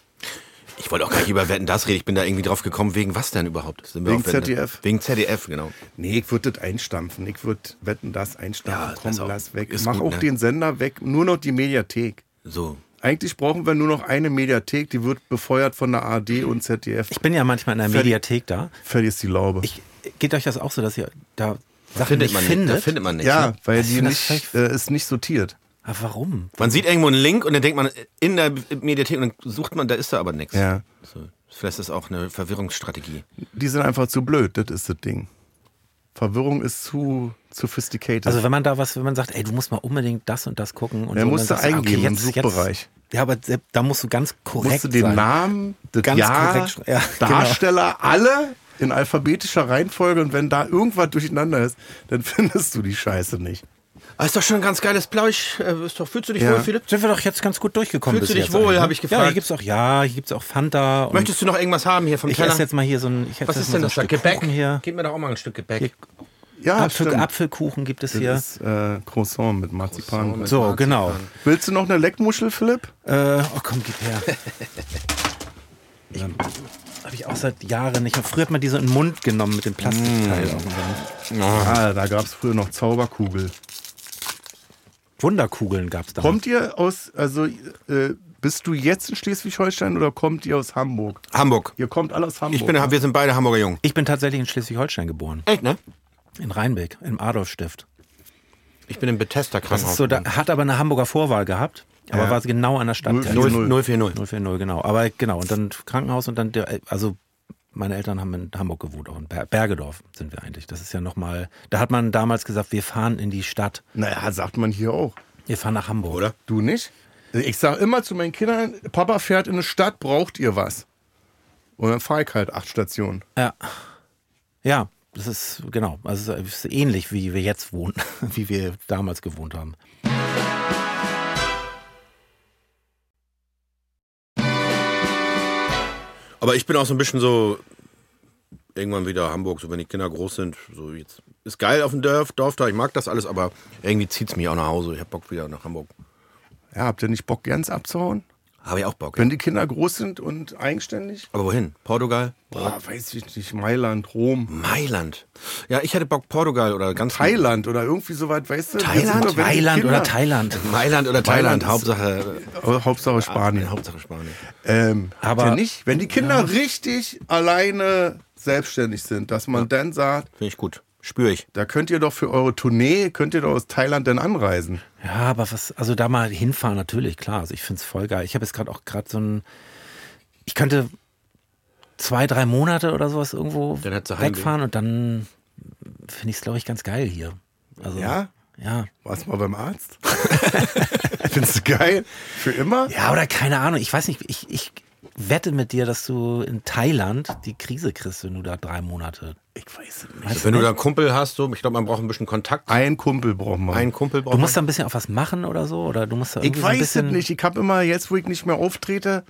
Speaker 4: Ich wollte auch gar nicht über Wetten das reden. Ich bin da irgendwie drauf gekommen, wegen was denn überhaupt? Sind wir
Speaker 2: Wegen
Speaker 4: auf Wetten, das?
Speaker 2: ZDF.
Speaker 4: Wegen ZDF, genau.
Speaker 2: Nee, ich würde das einstampfen. Ich würde wetten, das einstampfen.
Speaker 4: Ja,
Speaker 2: Komm,
Speaker 4: ist auch-
Speaker 2: lass weg.
Speaker 4: ist
Speaker 2: Mach
Speaker 4: gut,
Speaker 2: auch
Speaker 4: ne?
Speaker 2: den Sender weg. Nur noch die Mediathek.
Speaker 4: So.
Speaker 2: Eigentlich brauchen wir nur noch eine Mediathek, die wird befeuert von der ARD und ZDF.
Speaker 3: Ich bin ja manchmal in der
Speaker 2: Fertig.
Speaker 3: Mediathek da.
Speaker 2: Verlierst die Laube.
Speaker 3: Ich, geht euch das auch so, dass ihr da Sachen
Speaker 4: Findet
Speaker 3: nicht
Speaker 4: man
Speaker 3: findet?
Speaker 4: nicht. Da findet man nichts.
Speaker 2: ja,
Speaker 4: Ne?
Speaker 2: weil
Speaker 3: Was
Speaker 2: die
Speaker 3: für das
Speaker 2: nicht,
Speaker 3: Zeug?
Speaker 2: äh, ist nicht sortiert.
Speaker 3: Aber warum?
Speaker 4: Man sieht irgendwo einen Link und dann denkt man in der Mediathek und dann sucht man, da ist da aber nichts.
Speaker 2: Ja.
Speaker 4: So. Vielleicht ist das auch eine Verwirrungsstrategie.
Speaker 2: Die sind einfach zu blöd, das ist das Ding. Verwirrung ist zu sophisticated.
Speaker 3: Also wenn man da was, wenn man sagt, ey, du musst mal unbedingt das und das gucken. Und
Speaker 2: Ja,
Speaker 3: so,
Speaker 2: musst
Speaker 3: dann
Speaker 2: du
Speaker 3: sagst
Speaker 2: eingeben im
Speaker 3: jetzt-
Speaker 2: Suchbereich.
Speaker 3: Jetzt, ja, aber se- da musst du ganz korrekt
Speaker 2: musst du den
Speaker 3: sein.
Speaker 2: Namen, das
Speaker 3: Ganz
Speaker 2: Jahr,
Speaker 3: korrekt. Ja, genau.
Speaker 2: Darsteller, alle in alphabetischer Reihenfolge und wenn da irgendwas durcheinander ist, dann *laughs* findest du die Scheiße nicht.
Speaker 4: Ah, ist doch schon ein ganz geiles Plausch. Äh, ist doch, fühlst du dich
Speaker 2: Ja.
Speaker 4: wohl, Philipp?
Speaker 3: Sind wir doch jetzt ganz gut durchgekommen.
Speaker 4: Fühlst
Speaker 3: bis
Speaker 4: du
Speaker 3: jetzt
Speaker 4: dich wohl,
Speaker 3: eigentlich, ne?
Speaker 4: hab ich gefragt.
Speaker 3: Ja, hier gibt's auch, ja, hier gibt's auch Fanta. Und
Speaker 4: Möchtest du noch irgendwas haben hier vom
Speaker 3: ich
Speaker 4: Teller?
Speaker 3: esse jetzt mal hier so ein, ich esse
Speaker 4: Was
Speaker 3: jetzt
Speaker 4: ist
Speaker 3: mal
Speaker 4: denn das
Speaker 3: so
Speaker 4: da?
Speaker 3: ein Stück
Speaker 4: Gebäck?
Speaker 3: Kuchen hier.
Speaker 4: Gib mir doch auch mal ein Stück Gebäck.
Speaker 3: Hier-
Speaker 2: Ja,
Speaker 3: Apfel,
Speaker 2: Ah, stimmt.
Speaker 3: Apfelkuchen gibt es
Speaker 2: Das
Speaker 3: hier.
Speaker 2: ist äh, Croissant mit Marzipan.
Speaker 4: Croissant mit-
Speaker 3: So, genau.
Speaker 2: Willst du noch eine Leckmuschel, Philipp?
Speaker 3: Äh, oh komm, gib
Speaker 2: *laughs*
Speaker 3: her. Habe ich auch seit Jahren nicht. mehr. Früher hat man die so in den Mund genommen mit dem Plastikteil. auf dem Mund.
Speaker 2: Ah, da gab es früher noch Zauberkugel.
Speaker 3: Wunderkugeln gab's da.
Speaker 2: Kommt ihr aus, also äh, bist du jetzt in Schleswig-Holstein oder kommt ihr aus Hamburg?
Speaker 4: Hamburg.
Speaker 2: Ihr kommt alle aus Hamburg.
Speaker 4: Ich bin, wir sind beide Hamburger Jungen.
Speaker 3: Ich bin tatsächlich in Schleswig-Holstein geboren.
Speaker 4: Echt, ne?
Speaker 3: In Rheinbeck, im Adolfstift.
Speaker 4: Ich bin im Bethesda
Speaker 3: Das
Speaker 4: Krankenhaus.
Speaker 3: ist so, da, hat aber eine Hamburger Vorwahl gehabt, aber
Speaker 2: Ja.
Speaker 3: war sie genau an der Stadtgrenze.
Speaker 2: Null-
Speaker 4: 040.
Speaker 3: 040, genau. Aber genau, und dann Krankenhaus und dann, der, also meine Eltern haben in Hamburg gewohnt, auch in Ber Bergedorf sind wir eigentlich. Das ist ja nochmal, da hat man damals gesagt, wir fahren in die Stadt,
Speaker 2: naja, sagt man hier auch.
Speaker 3: wir fahren nach Hamburg.
Speaker 4: Oder?
Speaker 2: Du nicht? Ich sage immer zu meinen Kindern, Papa fährt in eine Stadt, braucht ihr was? Und dann fahre ich halt acht Stationen.
Speaker 3: Ja. Ja, das ist, genau, also es ist ähnlich, wie wir jetzt wohnen, *laughs* wie wir damals gewohnt haben.
Speaker 4: Aber ich bin auch so ein bisschen so irgendwann wieder Hamburg, so wenn die Kinder groß sind. So jetzt ist geil auf dem Dorf, Dorf da, ich mag das alles, aber irgendwie zieht es mich auch nach Hause. Ich hab Bock wieder nach Hamburg.
Speaker 2: Ja, habt ihr nicht Bock, ganz abzuhauen?
Speaker 4: Habe ich auch Bock.
Speaker 2: Wenn die Kinder groß sind und eigenständig?
Speaker 4: Aber wohin? Portugal?
Speaker 2: Boah, weiß ich nicht. Mailand, Rom,
Speaker 4: Mailand. Ja, ich hätte Bock Portugal oder ganz
Speaker 2: Thailand oder irgendwie so weit, weißt du? Das sind
Speaker 3: Thailand,
Speaker 2: doch, wenn die
Speaker 3: Thailand
Speaker 2: Kinder-
Speaker 3: oder Thailand.
Speaker 4: Mailand oder
Speaker 2: Mailand
Speaker 4: Thailand,
Speaker 2: ist-
Speaker 4: Hauptsache
Speaker 2: Aber Hauptsache Spanien.
Speaker 4: Hauptsache Spanien.
Speaker 2: Ähm,
Speaker 3: genau. Aber-
Speaker 2: aber nicht, wenn die Kinder richtig alleine selbstständig sind, dass man dann sagt,
Speaker 4: Finde ich gut. Spüre ich.
Speaker 2: da könnt ihr doch für eure Tournee, könnt ihr doch aus Thailand dann anreisen.
Speaker 3: Ja, aber was, also da mal hinfahren, natürlich, klar. Also ich finde es voll geil. Ich habe jetzt gerade auch gerade so ein, ich könnte zwei, drei Monate oder sowas irgendwo
Speaker 4: Dann hättest du Heimweh.
Speaker 3: wegfahren und dann finde ich es, glaube ich, ganz geil hier. Also,
Speaker 2: Ja?
Speaker 3: Ja.
Speaker 2: Warst du mal beim Arzt? *laughs* Findest du geil? Für immer?
Speaker 3: Ja, oder keine Ahnung. Ich weiß nicht, ich, ich wette mit dir, dass du in Thailand die Krise kriegst, wenn du da drei Monate.
Speaker 2: Ich weiß es
Speaker 3: Weißt
Speaker 2: nicht.
Speaker 3: du
Speaker 4: Wenn du
Speaker 3: nicht?
Speaker 4: da einen Kumpel hast, so, ich glaube, man braucht Ne? ein bisschen Kontakt.
Speaker 2: Ein Kumpel brauchen wir.
Speaker 4: Einen Kumpel braucht
Speaker 3: Du musst da
Speaker 4: man.
Speaker 3: ein bisschen auf was machen oder so? Oder du musst da
Speaker 2: Oh ich
Speaker 3: irgendwie so ein
Speaker 2: weiß
Speaker 3: bisschen,
Speaker 2: es nicht. Ich habe immer, jetzt wo ich nicht mehr auftrete,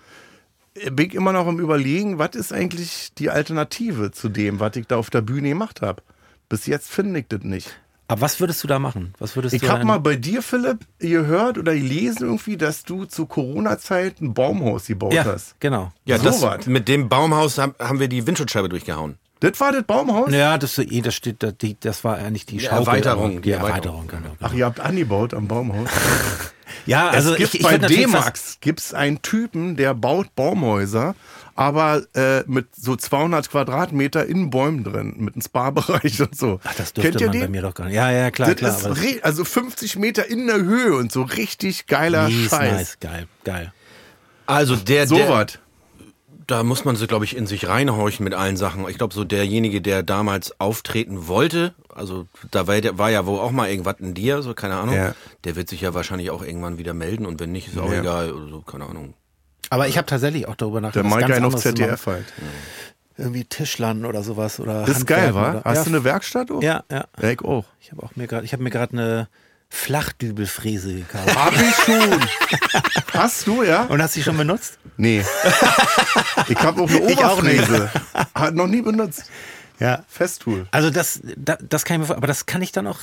Speaker 2: bin ich immer noch im Überlegen, was ist eigentlich die Alternative zu dem, was ich da auf der Bühne gemacht habe. Bis jetzt finde ich das nicht.
Speaker 3: Aber was würdest du da machen? Was würdest du
Speaker 2: Ich habe
Speaker 3: deinen-
Speaker 2: mal bei dir, Philipp, gehört oder gelesen irgendwie, dass du zu Corona-Zeit ein Baumhaus gebaut
Speaker 3: Ja,
Speaker 2: hast.
Speaker 3: genau.
Speaker 4: Ja,
Speaker 2: so
Speaker 4: das,
Speaker 2: was.
Speaker 4: mit dem Baumhaus haben, haben wir die Windschutzscheibe durchgehauen.
Speaker 2: Das war das Baumhaus?
Speaker 3: Ja, das, so- eh, das steht, da- die- das war eigentlich die Schaukel,
Speaker 4: Erweiterung,
Speaker 3: aber- Die
Speaker 4: die
Speaker 3: Erweiterung, genau.
Speaker 2: Ach, ihr habt angebaut am Baumhaus.
Speaker 3: Ja, also
Speaker 2: es gibt
Speaker 3: ich, ich
Speaker 2: bei
Speaker 3: würd natürlich fast-
Speaker 2: D-Max gibt's einen Typen, der baut Baumhäuser, aber äh, mit so 200 Quadratmeter in Bäumen drin, mit einem Spa-Bereich und so.
Speaker 3: Ach, das dürfte
Speaker 2: Kennt ihr
Speaker 3: man
Speaker 2: den?
Speaker 3: bei mir doch gar nicht. Ja, ja, klar,
Speaker 2: das
Speaker 3: klar.
Speaker 2: ist
Speaker 3: aber
Speaker 2: re- also 50 Meter in der Höhe und so richtig geiler
Speaker 3: mies,
Speaker 2: Scheiß.
Speaker 3: nice, geil, geil.
Speaker 4: Also der,
Speaker 2: So
Speaker 4: der
Speaker 2: was.
Speaker 4: da muss man so, glaube ich, in sich reinhorchen mit allen Sachen. Ich glaube, so derjenige, der damals auftreten wollte, also da war, der, war ja wohl auch mal irgendwas in dir, so keine Ahnung,
Speaker 2: Ja.
Speaker 4: der wird sich ja wahrscheinlich auch irgendwann wieder melden und wenn nicht, ist auch
Speaker 2: Ja.
Speaker 4: egal oder so, keine Ahnung.
Speaker 3: Aber ich habe tatsächlich auch darüber
Speaker 2: Der
Speaker 3: nachgedacht. was
Speaker 2: Mike
Speaker 3: ganz
Speaker 2: einen auf
Speaker 3: anderes zu machen.
Speaker 2: ZDF halt.
Speaker 3: Irgendwie Tischlern oder sowas. Oder
Speaker 2: Das ist geil,
Speaker 3: Handwerken
Speaker 2: wa?
Speaker 3: oder-
Speaker 2: Hast
Speaker 3: ja,
Speaker 2: du eine Werkstatt? auch?
Speaker 3: Ja, ja.
Speaker 2: Ja, ich auch.
Speaker 3: Ich habe auch mir gerade, ich habe mir gerade eine Flachdübelfräse *laughs* gekauft.
Speaker 2: Hab ich schon. Hast du, ja?
Speaker 3: Und hast du die schon benutzt? *laughs*
Speaker 2: Nee. Ich habe auch eine
Speaker 3: Ich auch nicht.
Speaker 2: Oberfräse. Hat noch nie benutzt.
Speaker 3: Ja.
Speaker 2: Festool.
Speaker 3: Also das, da, das kann ich mir vor, aber das kann ich dann auch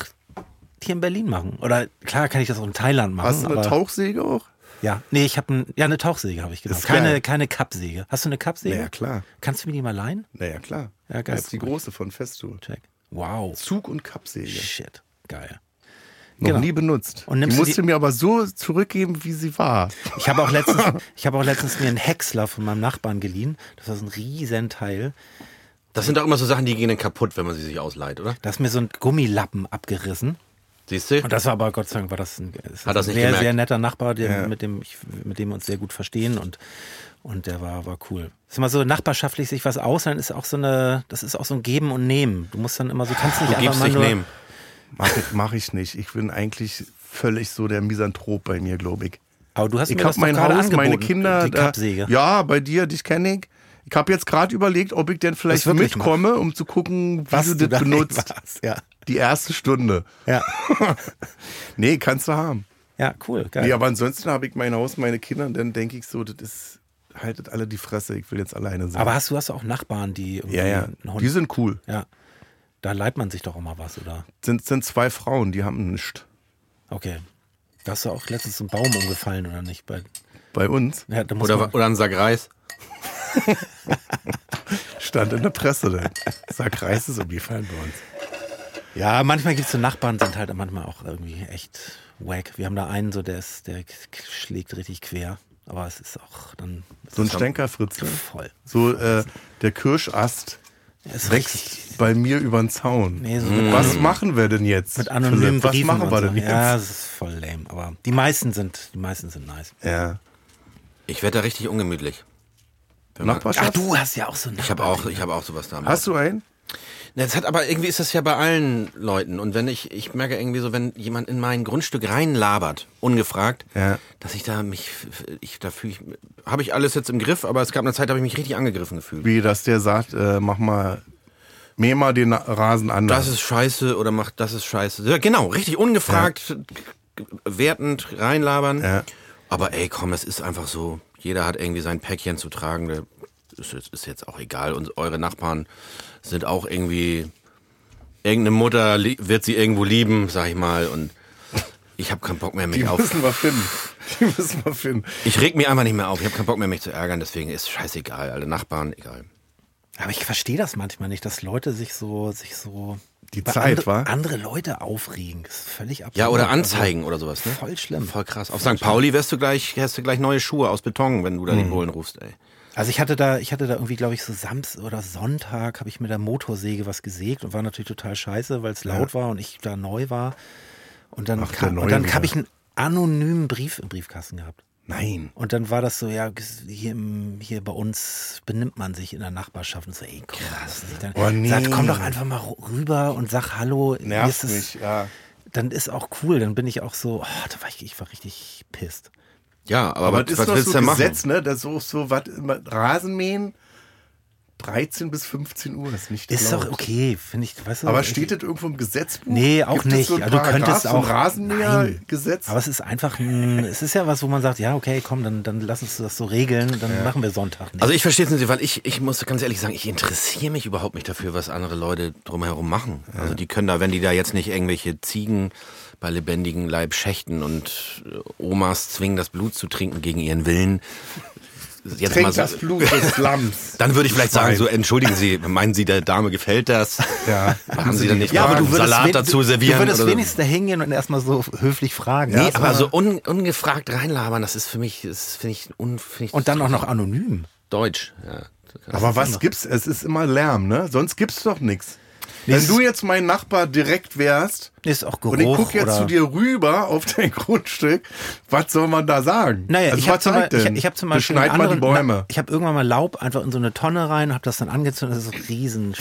Speaker 3: hier in Berlin machen. Oder klar kann ich das auch in Thailand machen.
Speaker 2: Hast du eine
Speaker 3: Hm, aber,
Speaker 2: Tauchsäge auch?
Speaker 3: Ja, nee, ich habe ein, ja eine Tauchsäge habe ich genommen.
Speaker 2: Ist geil.
Speaker 3: Keine, keine Kappsäge. Hast du eine Kappsäge?
Speaker 2: Naja, klar.
Speaker 3: Kannst du mir die mal leihen?
Speaker 2: Naja, klar.
Speaker 3: Ja, geil.
Speaker 2: Das ist die große von Festool.
Speaker 3: Check. Wow.
Speaker 2: Zug- und Kappsäge.
Speaker 3: Shit. Geil.
Speaker 2: Noch
Speaker 3: Genau.
Speaker 2: nie benutzt.
Speaker 3: Und
Speaker 2: die
Speaker 3: nimmst du
Speaker 2: musste
Speaker 3: die-
Speaker 2: mir aber so zurückgeben, wie sie war.
Speaker 3: Ich habe auch
Speaker 4: *laughs*
Speaker 3: letztens, ich habe auch letztens mir einen Häcksler von meinem Nachbarn geliehen. Das war so ein Riesenteil.
Speaker 4: Das sind auch immer so Sachen, die gehen dann kaputt, wenn man sie sich ausleiht, oder?
Speaker 3: Da ist mir so ein Gummilappen abgerissen.
Speaker 4: Siehst du?
Speaker 3: Und das war aber Gott sei Dank war das ein, ist
Speaker 4: Hat
Speaker 3: ein
Speaker 4: das
Speaker 3: sehr,
Speaker 4: nicht gemerkt?
Speaker 3: sehr netter Nachbar, der,
Speaker 2: Ja.
Speaker 3: mit, dem ich, mit dem wir uns sehr gut verstehen und, und der war, war cool. Ist immer so nachbarschaftlich sich was ausleihen, ist auch so eine, das ist auch so ein Geben und Nehmen. Du musst dann immer so, kannst nicht
Speaker 4: Du
Speaker 3: einfach
Speaker 4: gibst
Speaker 3: mal
Speaker 4: dich
Speaker 3: nur,
Speaker 4: nehmen.
Speaker 2: Mach, ich- mach ich nicht. Ich bin eigentlich völlig so der Misanthrop bei mir, glaube ich.
Speaker 3: Aber du hast mir
Speaker 2: ich
Speaker 3: das
Speaker 2: habe
Speaker 3: doch
Speaker 2: mein
Speaker 3: gerade
Speaker 2: Haus,
Speaker 3: angeboten,
Speaker 2: meine Kinder.
Speaker 3: die Kappsäge.
Speaker 2: Da, ja, bei dir, dich kenne ich. Ich habe jetzt gerade überlegt, ob ich denn vielleicht
Speaker 3: Das wirklich
Speaker 2: mitkomme, um zu gucken, wie du das
Speaker 3: da *laughs*
Speaker 2: benutzt.
Speaker 3: warst. Ja.
Speaker 2: Die erste Stunde.
Speaker 3: Ja.
Speaker 2: *laughs* nee, kannst du haben.
Speaker 3: ja, cool, geil.
Speaker 2: Nee, aber ansonsten habe ich mein Haus, meine Kinder und dann denke ich so, das ist, haltet alle die Fresse, ich will jetzt alleine sein.
Speaker 3: aber hast du hast du auch Nachbarn, die irgendwie
Speaker 2: ja, ja.
Speaker 3: einen Hund.
Speaker 2: Die sind cool.
Speaker 3: ja. Da leiht man sich doch immer was, oder?
Speaker 2: Sind, sind zwei Frauen, die haben nichts.
Speaker 3: Okay. Da hast du auch letztens einen Baum umgefallen, oder nicht? Bei,
Speaker 2: Bei uns
Speaker 3: ja, da muss
Speaker 4: Oder,
Speaker 3: man,
Speaker 4: wa- oder ein Sack Reis.
Speaker 2: stand in der Presse dann. Sag, Reis ist umgefallen bei uns.
Speaker 3: Ja, manchmal gibt es so Nachbarn, sind halt manchmal auch irgendwie echt wack. Wir haben da einen, so der ist, der k- schlägt richtig quer. Aber es ist auch dann
Speaker 2: So ein Stänkerfritze.
Speaker 3: voll.
Speaker 2: So äh, der Kirschast
Speaker 3: Er ist richtig
Speaker 2: wächst bei mir über den Zaun. Mhm.
Speaker 3: Nee, so mit
Speaker 2: Was machen wir denn jetzt?
Speaker 3: mit anonymen
Speaker 2: Philipp? Was
Speaker 3: Briefen
Speaker 2: machen
Speaker 3: und
Speaker 2: wir
Speaker 3: so.
Speaker 2: denn jetzt?
Speaker 3: Ja, es ist voll lame. Aber die meisten sind, die meisten sind nice.
Speaker 2: ja.
Speaker 4: Ich werde da richtig ungemütlich. Wenn man-
Speaker 2: Nachbarschaft?
Speaker 3: Ach, du hast ja auch so einen
Speaker 4: Ich habe auch, ich habe auch sowas damals.
Speaker 2: Hast du einen?
Speaker 4: Na, Das hat aber irgendwie ist das ja bei allen Leuten und wenn ich ich merke irgendwie so, wenn jemand in mein Grundstück reinlabert, ungefragt,
Speaker 2: Ja.
Speaker 4: dass ich da mich ich da fühle ich habe ich alles jetzt im Griff, aber es gab eine Zeit, da habe ich mich richtig angegriffen gefühlt.
Speaker 2: Wie, dass der sagt, äh, mach mal, mäh mal den Na- Rasen an.
Speaker 4: Das ist scheiße oder macht das ist scheiße. Ja, genau, richtig ungefragt g- wertend reinlabern.
Speaker 2: Ja.
Speaker 4: Aber ey, komm, das ist einfach so. Jeder hat irgendwie sein Päckchen zu tragen. Da ist, jetzt- ist jetzt auch egal. Und eure Nachbarn sind auch irgendwie. Irgendeine Mutter li- wird sie irgendwo lieben, sag ich mal. Und ich habe keinen Bock mehr, mich
Speaker 2: Die
Speaker 4: auf.
Speaker 2: müssen wir finden. Die müssen wir finden.
Speaker 4: Ich reg mich einfach nicht mehr auf. Ich habe keinen Bock mehr, mich zu ärgern. Deswegen ist scheißegal. Alle Nachbarn, egal.
Speaker 3: Aber ich verstehe das manchmal nicht, dass Leute sich so, sich so
Speaker 2: Die
Speaker 3: über
Speaker 2: Zeit,
Speaker 3: andere,
Speaker 2: wa?
Speaker 3: andere Leute aufregen. Das ist völlig absurd.
Speaker 4: Ja, oder
Speaker 3: Also,
Speaker 4: Anzeigen oder sowas. Ne?
Speaker 3: Voll schlimm.
Speaker 4: Voll krass. Auf St. Pauli wärst du gleich, hast du gleich neue Schuhe aus Beton, wenn du da
Speaker 2: Mhm.
Speaker 4: den Bullen rufst, ey.
Speaker 3: Also ich hatte da, ich hatte da irgendwie, glaube ich, so Sams oder Sonntag habe ich mit der Motorsäge was gesägt und war natürlich total scheiße, weil es laut war und ich da neu war. Und dann,
Speaker 2: Ach, der
Speaker 3: kam,
Speaker 2: Neue
Speaker 3: und dann
Speaker 2: wieder.
Speaker 3: habe ich einen anonymen Brief im Briefkasten gehabt.
Speaker 2: Nein.
Speaker 3: Und dann war das so, ja, ges- hier, im, hier bei uns benimmt man sich in der Nachbarschaft und so, ey, komm, krass. Dann
Speaker 2: Oh, nee.
Speaker 3: sagt, komm doch einfach mal ru- rüber und sag Hallo. Mir
Speaker 2: Nervt
Speaker 3: es-
Speaker 2: mich, ja.
Speaker 3: Dann ist auch cool, dann bin ich auch so, oh, da war ich, ich war richtig pisst.
Speaker 4: Ja, aber,
Speaker 2: Aber
Speaker 4: was,
Speaker 2: das
Speaker 4: was
Speaker 2: ist doch
Speaker 4: willst du
Speaker 2: so
Speaker 4: denn
Speaker 2: ein
Speaker 4: machen?
Speaker 2: Gesetz, ne? Das ist auch so, was, immer- Rasenmähen, 13 bis 15 Uhr, das ist nicht
Speaker 3: Ist
Speaker 2: erlaubt.
Speaker 3: doch okay, finde ich, weißt du.
Speaker 2: Aber
Speaker 3: irgendwie-
Speaker 2: steht das irgendwo im Gesetzbuch?
Speaker 3: Nee, auch
Speaker 2: Gibt es
Speaker 3: nicht.
Speaker 2: So einen
Speaker 3: Ja, du
Speaker 2: Paragraph,
Speaker 3: könntest
Speaker 2: so ein
Speaker 3: auch
Speaker 2: Rasenmähergesetz.
Speaker 3: Aber es ist einfach, ein, es ist ja was, wo man sagt, ja, okay, komm, dann, dann lass uns das so regeln, dann machen wir Sonntag nicht.
Speaker 4: Also ich verstehe es nicht, weil ich, ich muss ganz ehrlich sagen, ich interessiere mich überhaupt nicht dafür, was andere Leute drumherum machen. Also die können da, wenn die da jetzt nicht irgendwelche Ziegen bei lebendigem Leib schächten und äh, Omas zwingen, das Blut zu trinken gegen ihren Willen. Jetzt
Speaker 2: Trink
Speaker 3: Also,
Speaker 2: das Blut
Speaker 3: *laughs*
Speaker 2: des Lamms.
Speaker 4: Dann würde ich vielleicht sagen,
Speaker 2: Schwein.
Speaker 4: so entschuldigen Sie, meinen Sie, der Dame gefällt das?
Speaker 2: *laughs* Ja.
Speaker 4: Haben Sie dann nicht
Speaker 3: ja,
Speaker 4: mal
Speaker 3: aber du
Speaker 4: einen
Speaker 3: würdest,
Speaker 4: Salat
Speaker 3: wen-
Speaker 4: dazu servieren?
Speaker 3: du würdest
Speaker 4: oder so?
Speaker 3: wenigstens da hingehen und erstmal so höflich fragen.
Speaker 4: Nee,
Speaker 3: Ja,
Speaker 4: aber so un, ungefragt reinlabern, das ist für mich, das finde ich, un, find ich
Speaker 3: und dann auch noch anonym.
Speaker 4: deutsch. Ja.
Speaker 2: Aber was gibt's? Es ist immer Lärm, ne? Sonst gibt's doch nichts. Wenn
Speaker 3: es-
Speaker 2: du jetzt mein Nachbar direkt wärst
Speaker 3: Ist auch Geruch
Speaker 2: und ich guck jetzt
Speaker 3: oder
Speaker 2: zu dir rüber auf dein *laughs* Grundstück, was soll man da sagen?
Speaker 3: Naja,
Speaker 2: Also
Speaker 3: ich habe
Speaker 2: was
Speaker 3: zum,
Speaker 2: sagt
Speaker 3: Be- ich,
Speaker 2: denn?
Speaker 3: ich hab zum Beispiel
Speaker 2: Beschneit
Speaker 3: einen
Speaker 2: mal die
Speaker 3: anderen-
Speaker 2: Bäume.
Speaker 3: Na, ich habe irgendwann mal Laub einfach in so eine Tonne rein, habe das dann angezündet, das ist
Speaker 2: *laughs*
Speaker 3: so riesen,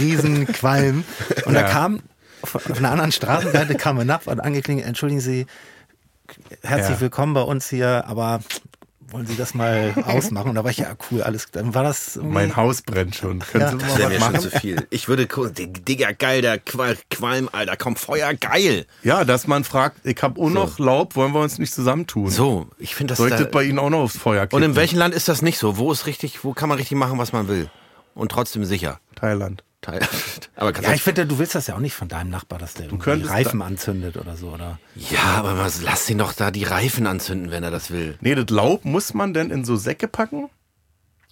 Speaker 3: riesen Qualm. Und da kam von, von der anderen Straßenseite kam ein Nachbar und angeklingelt, entschuldigen Sie, herzlich
Speaker 2: Ja.
Speaker 3: willkommen bei uns hier, aber wollen Sie das mal ausmachen? Und da war ich ja cool, alles. Dann war das irgendwie-
Speaker 2: Mein Haus brennt schon. Können Sie
Speaker 4: Das
Speaker 2: mal was
Speaker 4: wäre mir schon
Speaker 2: machen?
Speaker 3: Also,
Speaker 4: zu viel. Ich würde, gu- Digga, geil, der Qual- Qualm, Alter, komm, Feuer, geil.
Speaker 2: Ja, dass man fragt, ich habe auch noch Laub, wollen wir uns nicht zusammentun?
Speaker 4: So, ich finde das
Speaker 2: Soll ich
Speaker 4: da,
Speaker 2: das bei Ihnen auch noch aufs Feuer
Speaker 4: Und in
Speaker 2: kippen?
Speaker 4: welchem Land ist das nicht so? Wo ist richtig, wo kann man richtig machen, was man will? Und trotzdem sicher.
Speaker 2: Thailand.
Speaker 4: Teil- *laughs* Aber kannst
Speaker 3: ja, ich finde, du willst das ja auch nicht von deinem Nachbar, dass der irgendwie
Speaker 2: könntest
Speaker 3: Reifen anzündet oder so, oder?
Speaker 4: ja, aber was- lass ihn doch da die Reifen anzünden, wenn er das will.
Speaker 2: Nee, das Laub muss man denn in so Säcke packen?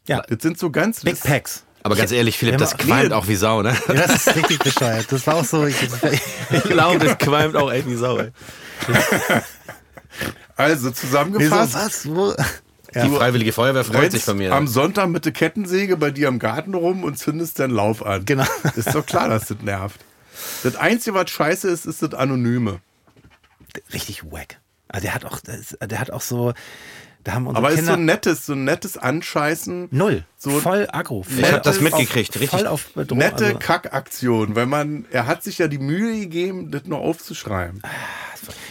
Speaker 3: Ja,
Speaker 2: Das sind so ganz...
Speaker 3: Big Packs.
Speaker 4: Aber ganz ehrlich, Philipp,
Speaker 3: wenn
Speaker 4: das
Speaker 3: man-
Speaker 4: qualmt
Speaker 2: Nee.
Speaker 4: auch wie Sau, ne?
Speaker 3: Ja, das ist richtig bescheuert. Das war auch so. Ich,
Speaker 4: *laughs* Ich glaube, das qualmt auch echt wie Sau, ey.
Speaker 2: Also zusammengefasst,
Speaker 3: was? Wo?
Speaker 4: Die Freiwillige Feuerwehr freut sich
Speaker 2: rennst
Speaker 4: von mir. ne?
Speaker 2: am Sonntag mit der Kettensäge bei dir im Garten rum und zündest deinen Lauf an.
Speaker 3: Genau.
Speaker 2: Ist doch klar, dass das nervt. Das Einzige, was scheiße ist, ist das Anonyme.
Speaker 3: Richtig wack. Also der hat auch, der hat auch so, da haben unsere
Speaker 2: Aber ist so
Speaker 3: Kinder
Speaker 2: ein nettes, so ein nettes Anscheißen.
Speaker 3: null,
Speaker 2: so-
Speaker 3: voll aggro.
Speaker 4: Ich habe das
Speaker 2: Auf-
Speaker 4: mitgekriegt, richtig.
Speaker 3: Voll auf Bedrohung.
Speaker 2: Nette
Speaker 3: also,
Speaker 2: Kackaktion, weil man, er hat sich ja die Mühe gegeben, das nur aufzuschreiben.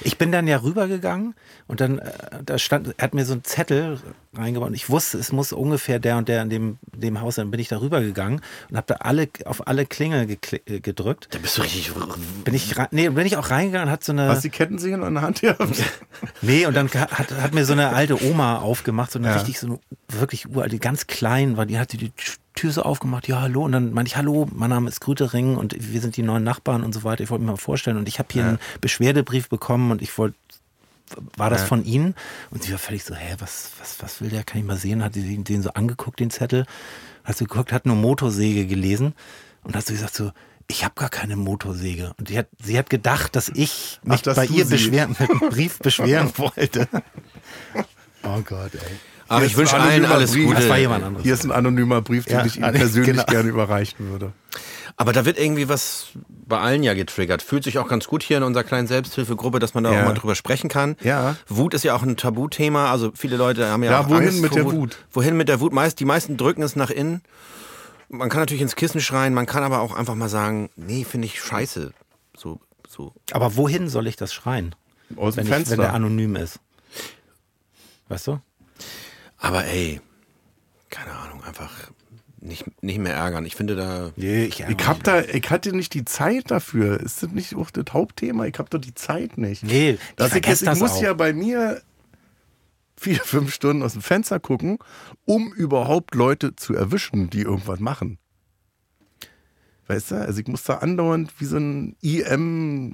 Speaker 3: ich bin dann ja rübergegangen und dann äh, da stand, er hat mir so einen Zettel reingebaut und ich wusste, es muss ungefähr der und der in dem, dem Haus sein. Dann bin ich da rübergegangen und habe da alle auf alle Klingel gekli- äh, gedrückt.
Speaker 4: Da bist du richtig.
Speaker 3: Bin ich rein, nee, bin ich auch reingegangen und hat so eine
Speaker 2: Hast du die Kettensäge noch in der Hand gehabt?
Speaker 3: Nee, und dann ka- hat, hat mir so eine alte Oma aufgemacht, so eine
Speaker 2: Ja.
Speaker 3: richtig, so eine wirklich uralte, ganz klein, weil die hat die Tür so aufgemacht, ja, hallo. Und dann meinte ich, hallo, mein Name ist Grütering und wir sind die neuen Nachbarn und so weiter. Ich wollte mich mal vorstellen. Und ich habe hier einen Beschwerdebrief bekommen und ich wollte, war das von Ihnen? Und sie war völlig so, hä, was, was, was will der? Kann ich mal sehen? Hat sie den so angeguckt, den Zettel, hat so geguckt, hat nur Motorsäge gelesen und hat so gesagt, so, ich habe gar keine Motorsäge. Und sie hat, sie hat gedacht, dass ich mich
Speaker 2: Ach, dass
Speaker 3: bei
Speaker 2: du
Speaker 3: ihr
Speaker 2: sie-
Speaker 3: beschweren, mit einem
Speaker 2: *laughs*
Speaker 3: Brief beschweren wollte. Oh Gott, ey.
Speaker 4: Aber ich wünsche allen alles
Speaker 2: Brief.
Speaker 4: Gute.
Speaker 3: Das war jemand anderes.
Speaker 2: Hier ist ein anonymer Brief, den
Speaker 3: Ja,
Speaker 4: *laughs*
Speaker 2: ich Ihnen
Speaker 3: alle-
Speaker 2: persönlich
Speaker 3: genau.
Speaker 2: gerne überreichen würde.
Speaker 4: Aber da wird irgendwie was bei allen ja getriggert. Fühlt sich auch ganz gut hier in unserer kleinen Selbsthilfegruppe, dass man da
Speaker 2: Ja.
Speaker 4: auch mal drüber sprechen kann.
Speaker 2: Ja.
Speaker 4: Wut ist ja auch ein Tabuthema. Also viele Leute haben ja,
Speaker 2: Ja,
Speaker 4: auch
Speaker 2: wohin
Speaker 4: Angst
Speaker 2: mit
Speaker 4: vor
Speaker 2: der Wut?
Speaker 4: Wohin mit der Wut? Meist, die meisten drücken es nach innen. Man kann natürlich ins Kissen schreien, man kann aber auch einfach mal sagen, nee, finde ich scheiße. So, so.
Speaker 3: Aber wohin soll ich das schreien?
Speaker 2: Aus dem
Speaker 3: Wenn, ich,
Speaker 2: Fenster.
Speaker 3: wenn der anonym ist. Weißt du?
Speaker 4: Aber ey, keine Ahnung, einfach nicht, nicht mehr ärgern. Ich finde da.
Speaker 3: Nee, ich,
Speaker 2: Ich hab da, ich hatte nicht die Zeit dafür. Ist das nicht auch das Hauptthema? Ich habe doch die Zeit nicht.
Speaker 3: Nee, ich
Speaker 2: dass ich,
Speaker 3: vergess
Speaker 2: jetzt, ich
Speaker 3: das
Speaker 2: muss
Speaker 3: auch.
Speaker 2: ja bei mir vier, *laughs* fünf Stunden aus dem Fenster gucken, um überhaupt Leute zu erwischen, die irgendwas machen. Weißt du, also ich muss da andauernd wie so ein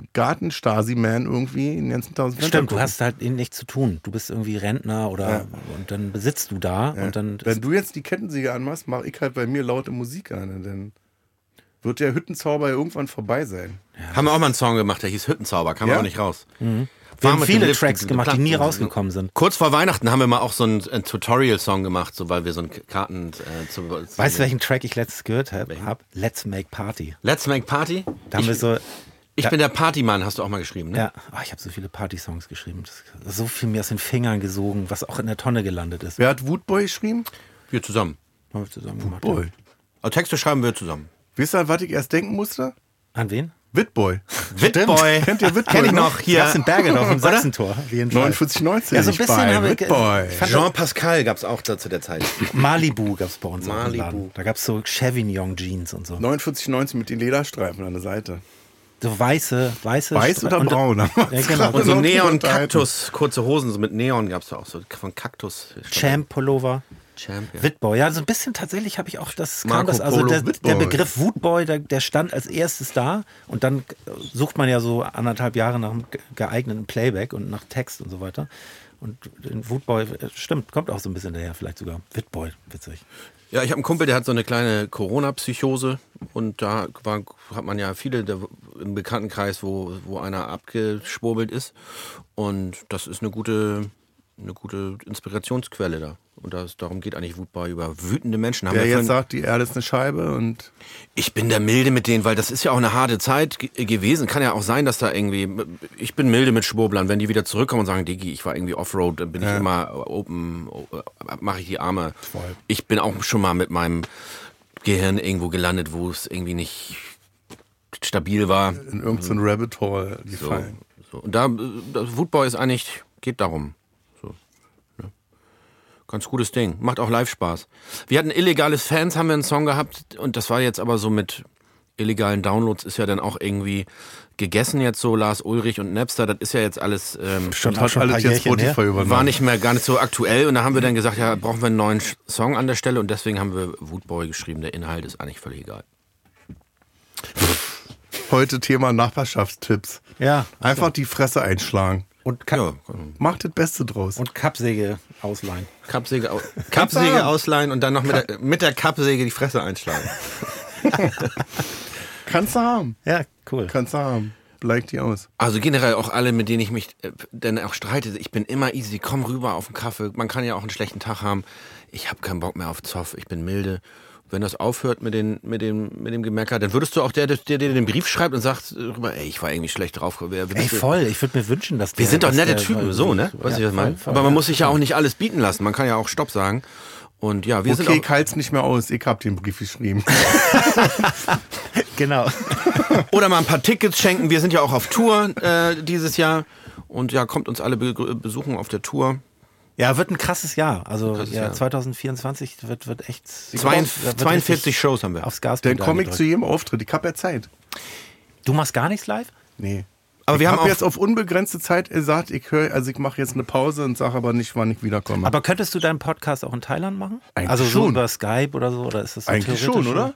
Speaker 2: IM-Garten-Stasi-Man irgendwie den ganzen Tag aus dem Fenster
Speaker 3: Stimmt, du
Speaker 2: gucken.
Speaker 3: hast halt eben nichts zu tun. Du bist irgendwie Rentner oder und dann besitzt du da und dann
Speaker 2: Wenn du jetzt die Kettensäge anmachst, mache ich halt bei mir laute Musik an. Dann wird der Hüttenzauber ja irgendwann vorbei sein.
Speaker 4: Haben wir auch mal einen Song gemacht, der hieß Hüttenzauber, kam
Speaker 2: Ja?
Speaker 4: auch nicht raus.
Speaker 3: Mhm. wir
Speaker 4: War
Speaker 3: haben
Speaker 4: mit dem
Speaker 3: viele
Speaker 4: Lift-
Speaker 3: Tracks gemacht, die nie
Speaker 4: Platten-
Speaker 3: rausgekommen sind.
Speaker 4: Kurz vor Weihnachten haben wir mal auch so einen, äh, Tutorial-Song gemacht, so weil wir so einen K- Karten äh, zu.
Speaker 3: Weißt du,
Speaker 4: du,
Speaker 3: welchen Track ich letztes gehört habe? Hab? Let's Make Party.
Speaker 4: Let's Make Party?
Speaker 3: Da haben
Speaker 4: ich
Speaker 3: wir so,
Speaker 4: ich bin der Partymann, hast du auch mal geschrieben, ne?
Speaker 3: ja, ah, ich habe so viele Party-Songs geschrieben. Das, so viel mir aus den Fingern gesogen, was auch in der Tonne gelandet ist.
Speaker 2: Wer hat Woodboy geschrieben?
Speaker 4: Wir zusammen.
Speaker 3: Haben wir zusammen gemacht.
Speaker 2: Boy.
Speaker 4: Aber Texte schreiben wir zusammen.
Speaker 2: Wisst ihr, an was ich erst denken musste?
Speaker 3: An wen?
Speaker 2: Witboy.
Speaker 4: *laughs* Witboy.
Speaker 2: Kennt ihr Witboy? ne?
Speaker 4: Kenn ich noch
Speaker 2: noch?
Speaker 4: hier.
Speaker 3: Justin Berge *laughs* noch im
Speaker 4: Oder?
Speaker 3: Sachsentor. auf jeden Fall.
Speaker 2: 4919.
Speaker 3: Ja, so ein bisschen
Speaker 2: bei
Speaker 3: habe ich-
Speaker 2: Witboy.
Speaker 3: ich fand-
Speaker 4: Jean Pascal gab es auch da zu der Zeit.
Speaker 3: Malibu gab es bei uns auch im
Speaker 4: Malibu.
Speaker 3: Laden. Da gab es so Chevignon Jeans und so.
Speaker 2: 4919 mit den Lederstreifen an der Seite.
Speaker 3: So weiße, weiße.
Speaker 2: Weiß
Speaker 3: Stre-
Speaker 2: oder
Speaker 3: und-
Speaker 2: braun?
Speaker 3: *laughs* Ja, genau.
Speaker 4: Und so
Speaker 2: Noch drüber
Speaker 4: Neon-Kaktus, kurze Hosen so mit Neon gab es da auch so. Von Kaktus.
Speaker 3: Champ-Pullover.
Speaker 4: Champ, ja.
Speaker 3: Witboy, ja, so ein bisschen tatsächlich habe ich auch das, kam
Speaker 4: Marco
Speaker 3: das also
Speaker 4: Polo
Speaker 3: der,
Speaker 2: Witboy.
Speaker 3: der Begriff Wutboy, der, der stand als erstes da und dann äh, sucht man ja so anderthalb Jahre nach einem ge- geeigneten Playback und nach Text und so weiter. Und den Wutboy, äh, stimmt, kommt auch so ein bisschen daher, vielleicht sogar. Witboy, witzig.
Speaker 4: Ja, ich habe einen Kumpel, der hat so eine kleine Corona-Psychose und da war, hat man ja viele der, im Bekanntenkreis, wo, wo einer abgeschwurbelt ist und das ist eine gute, eine gute Inspirationsquelle da. Und das, darum geht eigentlich Wutbar über wütende Menschen. Haben
Speaker 2: Der
Speaker 4: wir
Speaker 2: jetzt
Speaker 4: vorhin-
Speaker 2: sagt, die Erde ist eine Scheibe und
Speaker 4: ich bin da milde mit denen, weil das ist ja auch eine harte Zeit ge- gewesen. Kann ja auch sein, dass da irgendwie. Ich bin milde mit Schwurblern. Wenn die wieder zurückkommen und sagen, Digi, ich war irgendwie Offroad, dann bin ich immer open, mache ich die Arme. Ich bin auch schon mal mit meinem Gehirn irgendwo gelandet, wo es irgendwie nicht stabil war.
Speaker 2: in irgendein Rabbit Hole gefallen.
Speaker 4: Mhm. So. Und da, äh, das Woodboy ist eigentlich, geht darum. So. Ne? Ganz gutes Ding. Macht auch live Spaß. Wir hatten illegales Fans, haben wir einen Song gehabt und das war jetzt aber so mit illegalen Downloads ist ja dann auch irgendwie gegessen jetzt so Lars Ulrich und Napster, das ist ja jetzt alles ähm,
Speaker 3: Schon,
Speaker 2: Hat alles jetzt Spotify übernommen.
Speaker 4: war nicht mehr gar nicht so aktuell und da haben wir dann gesagt, ja, brauchen wir einen neuen Sch- Song an der Stelle und deswegen haben wir Woodboy geschrieben, der Inhalt ist eigentlich völlig egal.
Speaker 2: Heute Thema Nachbarschaftstipps.
Speaker 3: Ja,
Speaker 2: Einfach die Fresse einschlagen.
Speaker 3: und, Ka
Speaker 4: Ja,
Speaker 2: Macht das Beste draus.
Speaker 3: und Kappsäge ausleihen.
Speaker 4: Kappsäge, au- Kappsäge ausleihen und dann noch mit der, mit der Kappsäge die Fresse einschlagen.
Speaker 2: kannst du haben.
Speaker 3: Ja, cool.
Speaker 2: Kannst du haben. Bleib die aus.
Speaker 4: Also generell auch alle, mit denen ich mich äh, dann auch streite, ich bin immer easy, komm rüber auf den Kaffee, man kann ja auch einen schlechten Tag haben. Ich habe keinen Bock mehr auf Zoff, ich bin milde. Wenn das aufhört mit, den, mit, dem, mit dem Gemecker, dann würdest du auch der, der der dir den Brief schreibt und sagt, äh, rüber, ey, ich war irgendwie schlecht drauf. Wer,
Speaker 3: Ey,
Speaker 4: wir-
Speaker 3: voll, ich würde mir wünschen, dass
Speaker 4: Wir
Speaker 3: der-
Speaker 4: sind doch
Speaker 3: dass
Speaker 4: nette
Speaker 3: der-
Speaker 4: Typen, so, ne? Weißt du, was ich meine?
Speaker 3: voll, voll,
Speaker 4: Aber man
Speaker 3: ja.
Speaker 4: muss sich ja auch nicht alles bieten lassen, man kann ja auch Stopp sagen. Und ja, wir
Speaker 2: Okay,
Speaker 4: sind
Speaker 2: ich
Speaker 4: auch...
Speaker 2: halt's nicht mehr aus. Ich hab den Brief geschrieben.
Speaker 3: *laughs* Genau.
Speaker 4: Oder mal ein paar Tickets schenken. Wir sind ja auch auf Tour äh, dieses Jahr. Und ja, kommt uns alle be besuchen auf der Tour.
Speaker 3: Ja, wird ein krasses Jahr. Also
Speaker 4: krasses
Speaker 3: ja,
Speaker 4: Jahr.
Speaker 3: 2024 wird, wird echt.
Speaker 4: Zwei-
Speaker 3: wird
Speaker 4: 42
Speaker 3: richtig
Speaker 4: Shows haben wir.
Speaker 3: Aufs Gas
Speaker 2: Dann komme ich zu jedem Auftritt. Ich hab ja Zeit.
Speaker 3: Du machst gar nichts live?
Speaker 2: Nee.
Speaker 4: Aber wir
Speaker 2: ich
Speaker 4: haben
Speaker 2: hab
Speaker 4: auch-
Speaker 2: jetzt auf unbegrenzte Zeit gesagt, ich höre, also ich mache jetzt eine Pause und sage aber nicht, wann ich wiederkomme.
Speaker 3: Aber könntest du deinen Podcast auch in Thailand machen?
Speaker 2: Eigentlich
Speaker 3: also so
Speaker 2: schon.
Speaker 3: über Skype oder so? Oder ist das so
Speaker 2: Eigentlich
Speaker 3: theoretisch
Speaker 2: schon, oder?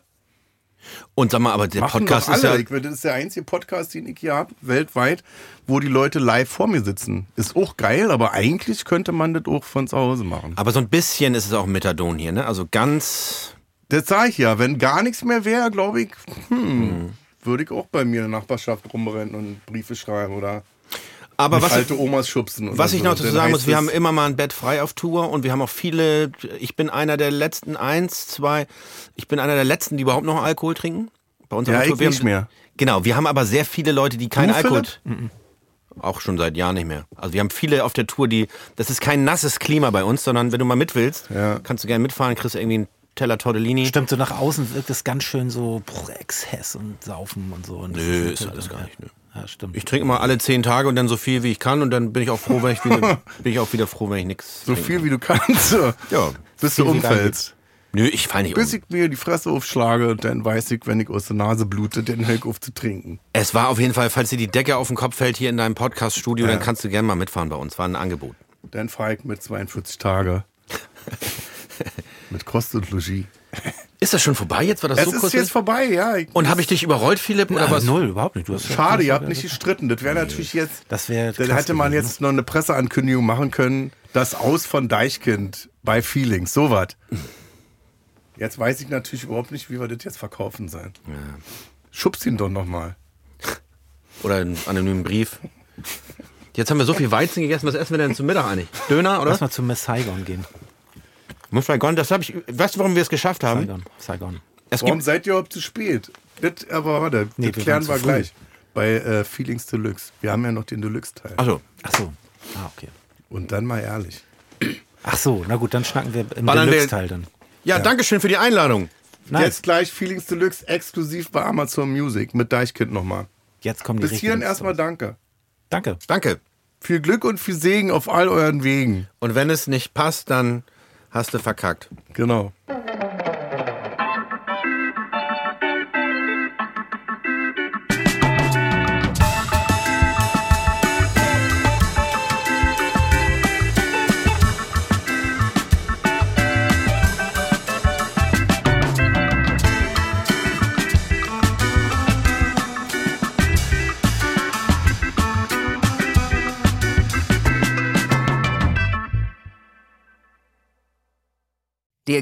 Speaker 4: Und sag mal, aber der
Speaker 2: Machen
Speaker 4: Podcast
Speaker 2: doch
Speaker 4: ist ja.
Speaker 2: alle. Ich meine, Das ist der einzige Podcast, den ich hier habe, weltweit, wo die Leute live vor mir sitzen. Ist auch geil, aber eigentlich könnte man das auch von zu Hause machen.
Speaker 4: Aber so ein bisschen ist es auch Methadon hier, ne? Also ganz.
Speaker 2: Das sage ich ja. Wenn gar nichts mehr wäre, glaube ich, hm, würde ich auch bei mir in der Nachbarschaft rumrennen und Briefe schreiben oder
Speaker 4: Aber was,
Speaker 2: alte Omas schubsen. oder
Speaker 4: was ich
Speaker 2: so.
Speaker 4: noch dazu
Speaker 2: Also Dann
Speaker 4: sagen
Speaker 2: heißt
Speaker 4: muss, wir
Speaker 2: es-
Speaker 4: haben immer mal ein Bett frei auf Tour und wir haben auch viele. Ich bin einer der letzten, eins, zwei. Ich bin einer der letzten, die überhaupt noch Alkohol trinken. Bei uns
Speaker 2: Ja,
Speaker 4: auf der
Speaker 2: ich
Speaker 4: wir
Speaker 2: nicht
Speaker 4: haben,
Speaker 2: mehr.
Speaker 4: Genau, wir haben aber sehr viele Leute, die keinen
Speaker 2: Du,
Speaker 4: Alkohol.
Speaker 2: Philipp? Mhm.
Speaker 4: Auch schon seit Jahren nicht mehr. Also wir haben viele auf der Tour, die. Das ist kein nasses Klima bei uns, sondern wenn du mal mit willst,
Speaker 2: Ja.
Speaker 4: kannst du gerne mitfahren, kriegst du irgendwie einen Teller Tortellini.
Speaker 3: Stimmt, so nach außen wirkt es ganz schön so bruch, Exzess und Saufen und so. Und
Speaker 4: Nö,
Speaker 3: das
Speaker 4: ist alles gar nicht, nö.
Speaker 3: Ja, stimmt.
Speaker 4: Ich trinke immer alle zehn Tage und dann so viel wie ich kann und dann bin ich auch froh, wenn
Speaker 2: *laughs*
Speaker 4: ich wieder, bin ich auch wieder froh, wenn ich nichts.
Speaker 2: So viel wie du kannst. so.
Speaker 4: Ja.
Speaker 2: Bis du
Speaker 3: Viel wie lang
Speaker 2: umfällst.
Speaker 4: Nö, ich fall nicht
Speaker 2: Bis
Speaker 4: um.
Speaker 2: ich mir die Fresse aufschlage und dann weiß ich, wenn ich aus der Nase blute, den Hulk aufzutrinken.
Speaker 4: Es war auf jeden Fall, falls dir die Decke auf den Kopf fällt hier in deinem Podcast-Studio, dann kannst du gerne mal mitfahren bei uns. War ein Angebot.
Speaker 2: Dan Falk mit 42 Tage. mit Kost und Logis.
Speaker 4: Ist das schon vorbei jetzt? War das
Speaker 2: Es
Speaker 4: so
Speaker 2: ist
Speaker 4: kurz?
Speaker 2: jetzt vorbei, ja. Ich-
Speaker 4: und habe ich dich überrollt, Philipp? Oder was?
Speaker 3: Also null, überhaupt nicht. Du hast
Speaker 2: Schade, ihr habt nicht gestritten. Das wäre natürlich jetzt.
Speaker 3: Das wäre
Speaker 2: Dann
Speaker 3: krass
Speaker 2: hätte man
Speaker 3: gewesen,
Speaker 2: jetzt noch eine Presseankündigung machen können. Das Aus von Deichkind bei Feelings. Sowas. Jetzt weiß ich natürlich überhaupt nicht, wie wir das jetzt verkaufen sollen. Schubst ihn doch nochmal.
Speaker 4: Oder einen anonymen Brief. Jetzt haben wir so viel Weizen gegessen, was essen wir denn zum Mittag eigentlich? Döner, oder?
Speaker 3: Lass mal zu Miss Saigon
Speaker 2: Hm?
Speaker 3: gehen.
Speaker 4: Muss Saigon, das habe ich. Weißt du, warum wir es geschafft haben?
Speaker 3: Saigon. Saigon.
Speaker 4: Es
Speaker 2: Warum
Speaker 4: gibt,
Speaker 2: seid ihr überhaupt zu spät? Das, aber warte,
Speaker 3: Nee,
Speaker 2: das
Speaker 3: wir
Speaker 2: klären wir
Speaker 3: waren zu früh.
Speaker 2: gleich. Bei äh, Feelings Deluxe. Wir haben ja noch den Deluxe-Teil.
Speaker 4: also,
Speaker 3: Ach so. Ah, okay.
Speaker 2: Und dann mal ehrlich.
Speaker 3: Ach so, na gut, dann schnacken wir im
Speaker 4: Ballern wir-
Speaker 3: Deluxe-Teil dann.
Speaker 4: ja, danke schön für die Einladung.
Speaker 3: Nein,
Speaker 2: Jetzt gleich Feelings Deluxe exklusiv bei Amazon Music mit Deichkind nochmal.
Speaker 3: jetzt kommen die
Speaker 2: Bis
Speaker 3: richtigen
Speaker 2: hierhin erstmal
Speaker 3: Songs.
Speaker 2: danke.
Speaker 3: Danke.
Speaker 4: Danke.
Speaker 2: Viel Glück und viel Segen auf all euren Wegen.
Speaker 4: Und wenn es nicht passt, dann hast du verkackt.
Speaker 2: Genau.
Speaker 1: Dir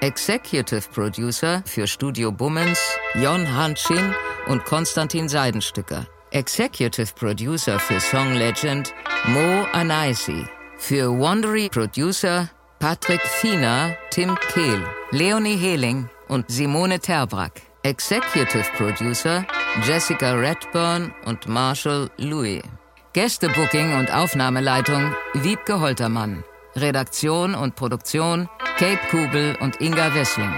Speaker 1: Executive Producer für Studio Bummens Jon Hanschin und Konstantin Seidenstücker. Executive Producer für Song Legend Mo Anaisi. Für Wandery Producer Patrick Fiener, Tim Kehl, Leonie Hehling und Simone Terbrack. Executive Producer Jessica Redburn und Marshall Louis. Gästebooking und Aufnahmeleitung Wiebke Holtermann. Redaktion und Produktion Kate Kugel und Inga Wessling.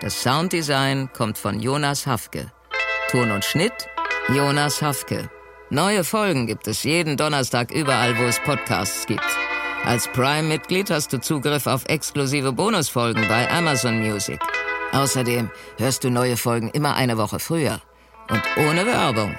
Speaker 1: Das Sounddesign kommt von Jonas Hafke. Ton und Schnitt Jonas Hafke. Neue Folgen gibt es jeden Donnerstag überall, wo es Podcasts gibt. Als Prime-Mitglied hast du Zugriff auf exklusive Bonusfolgen bei Amazon Music. Außerdem hörst du neue Folgen immer eine Woche früher und ohne Werbung.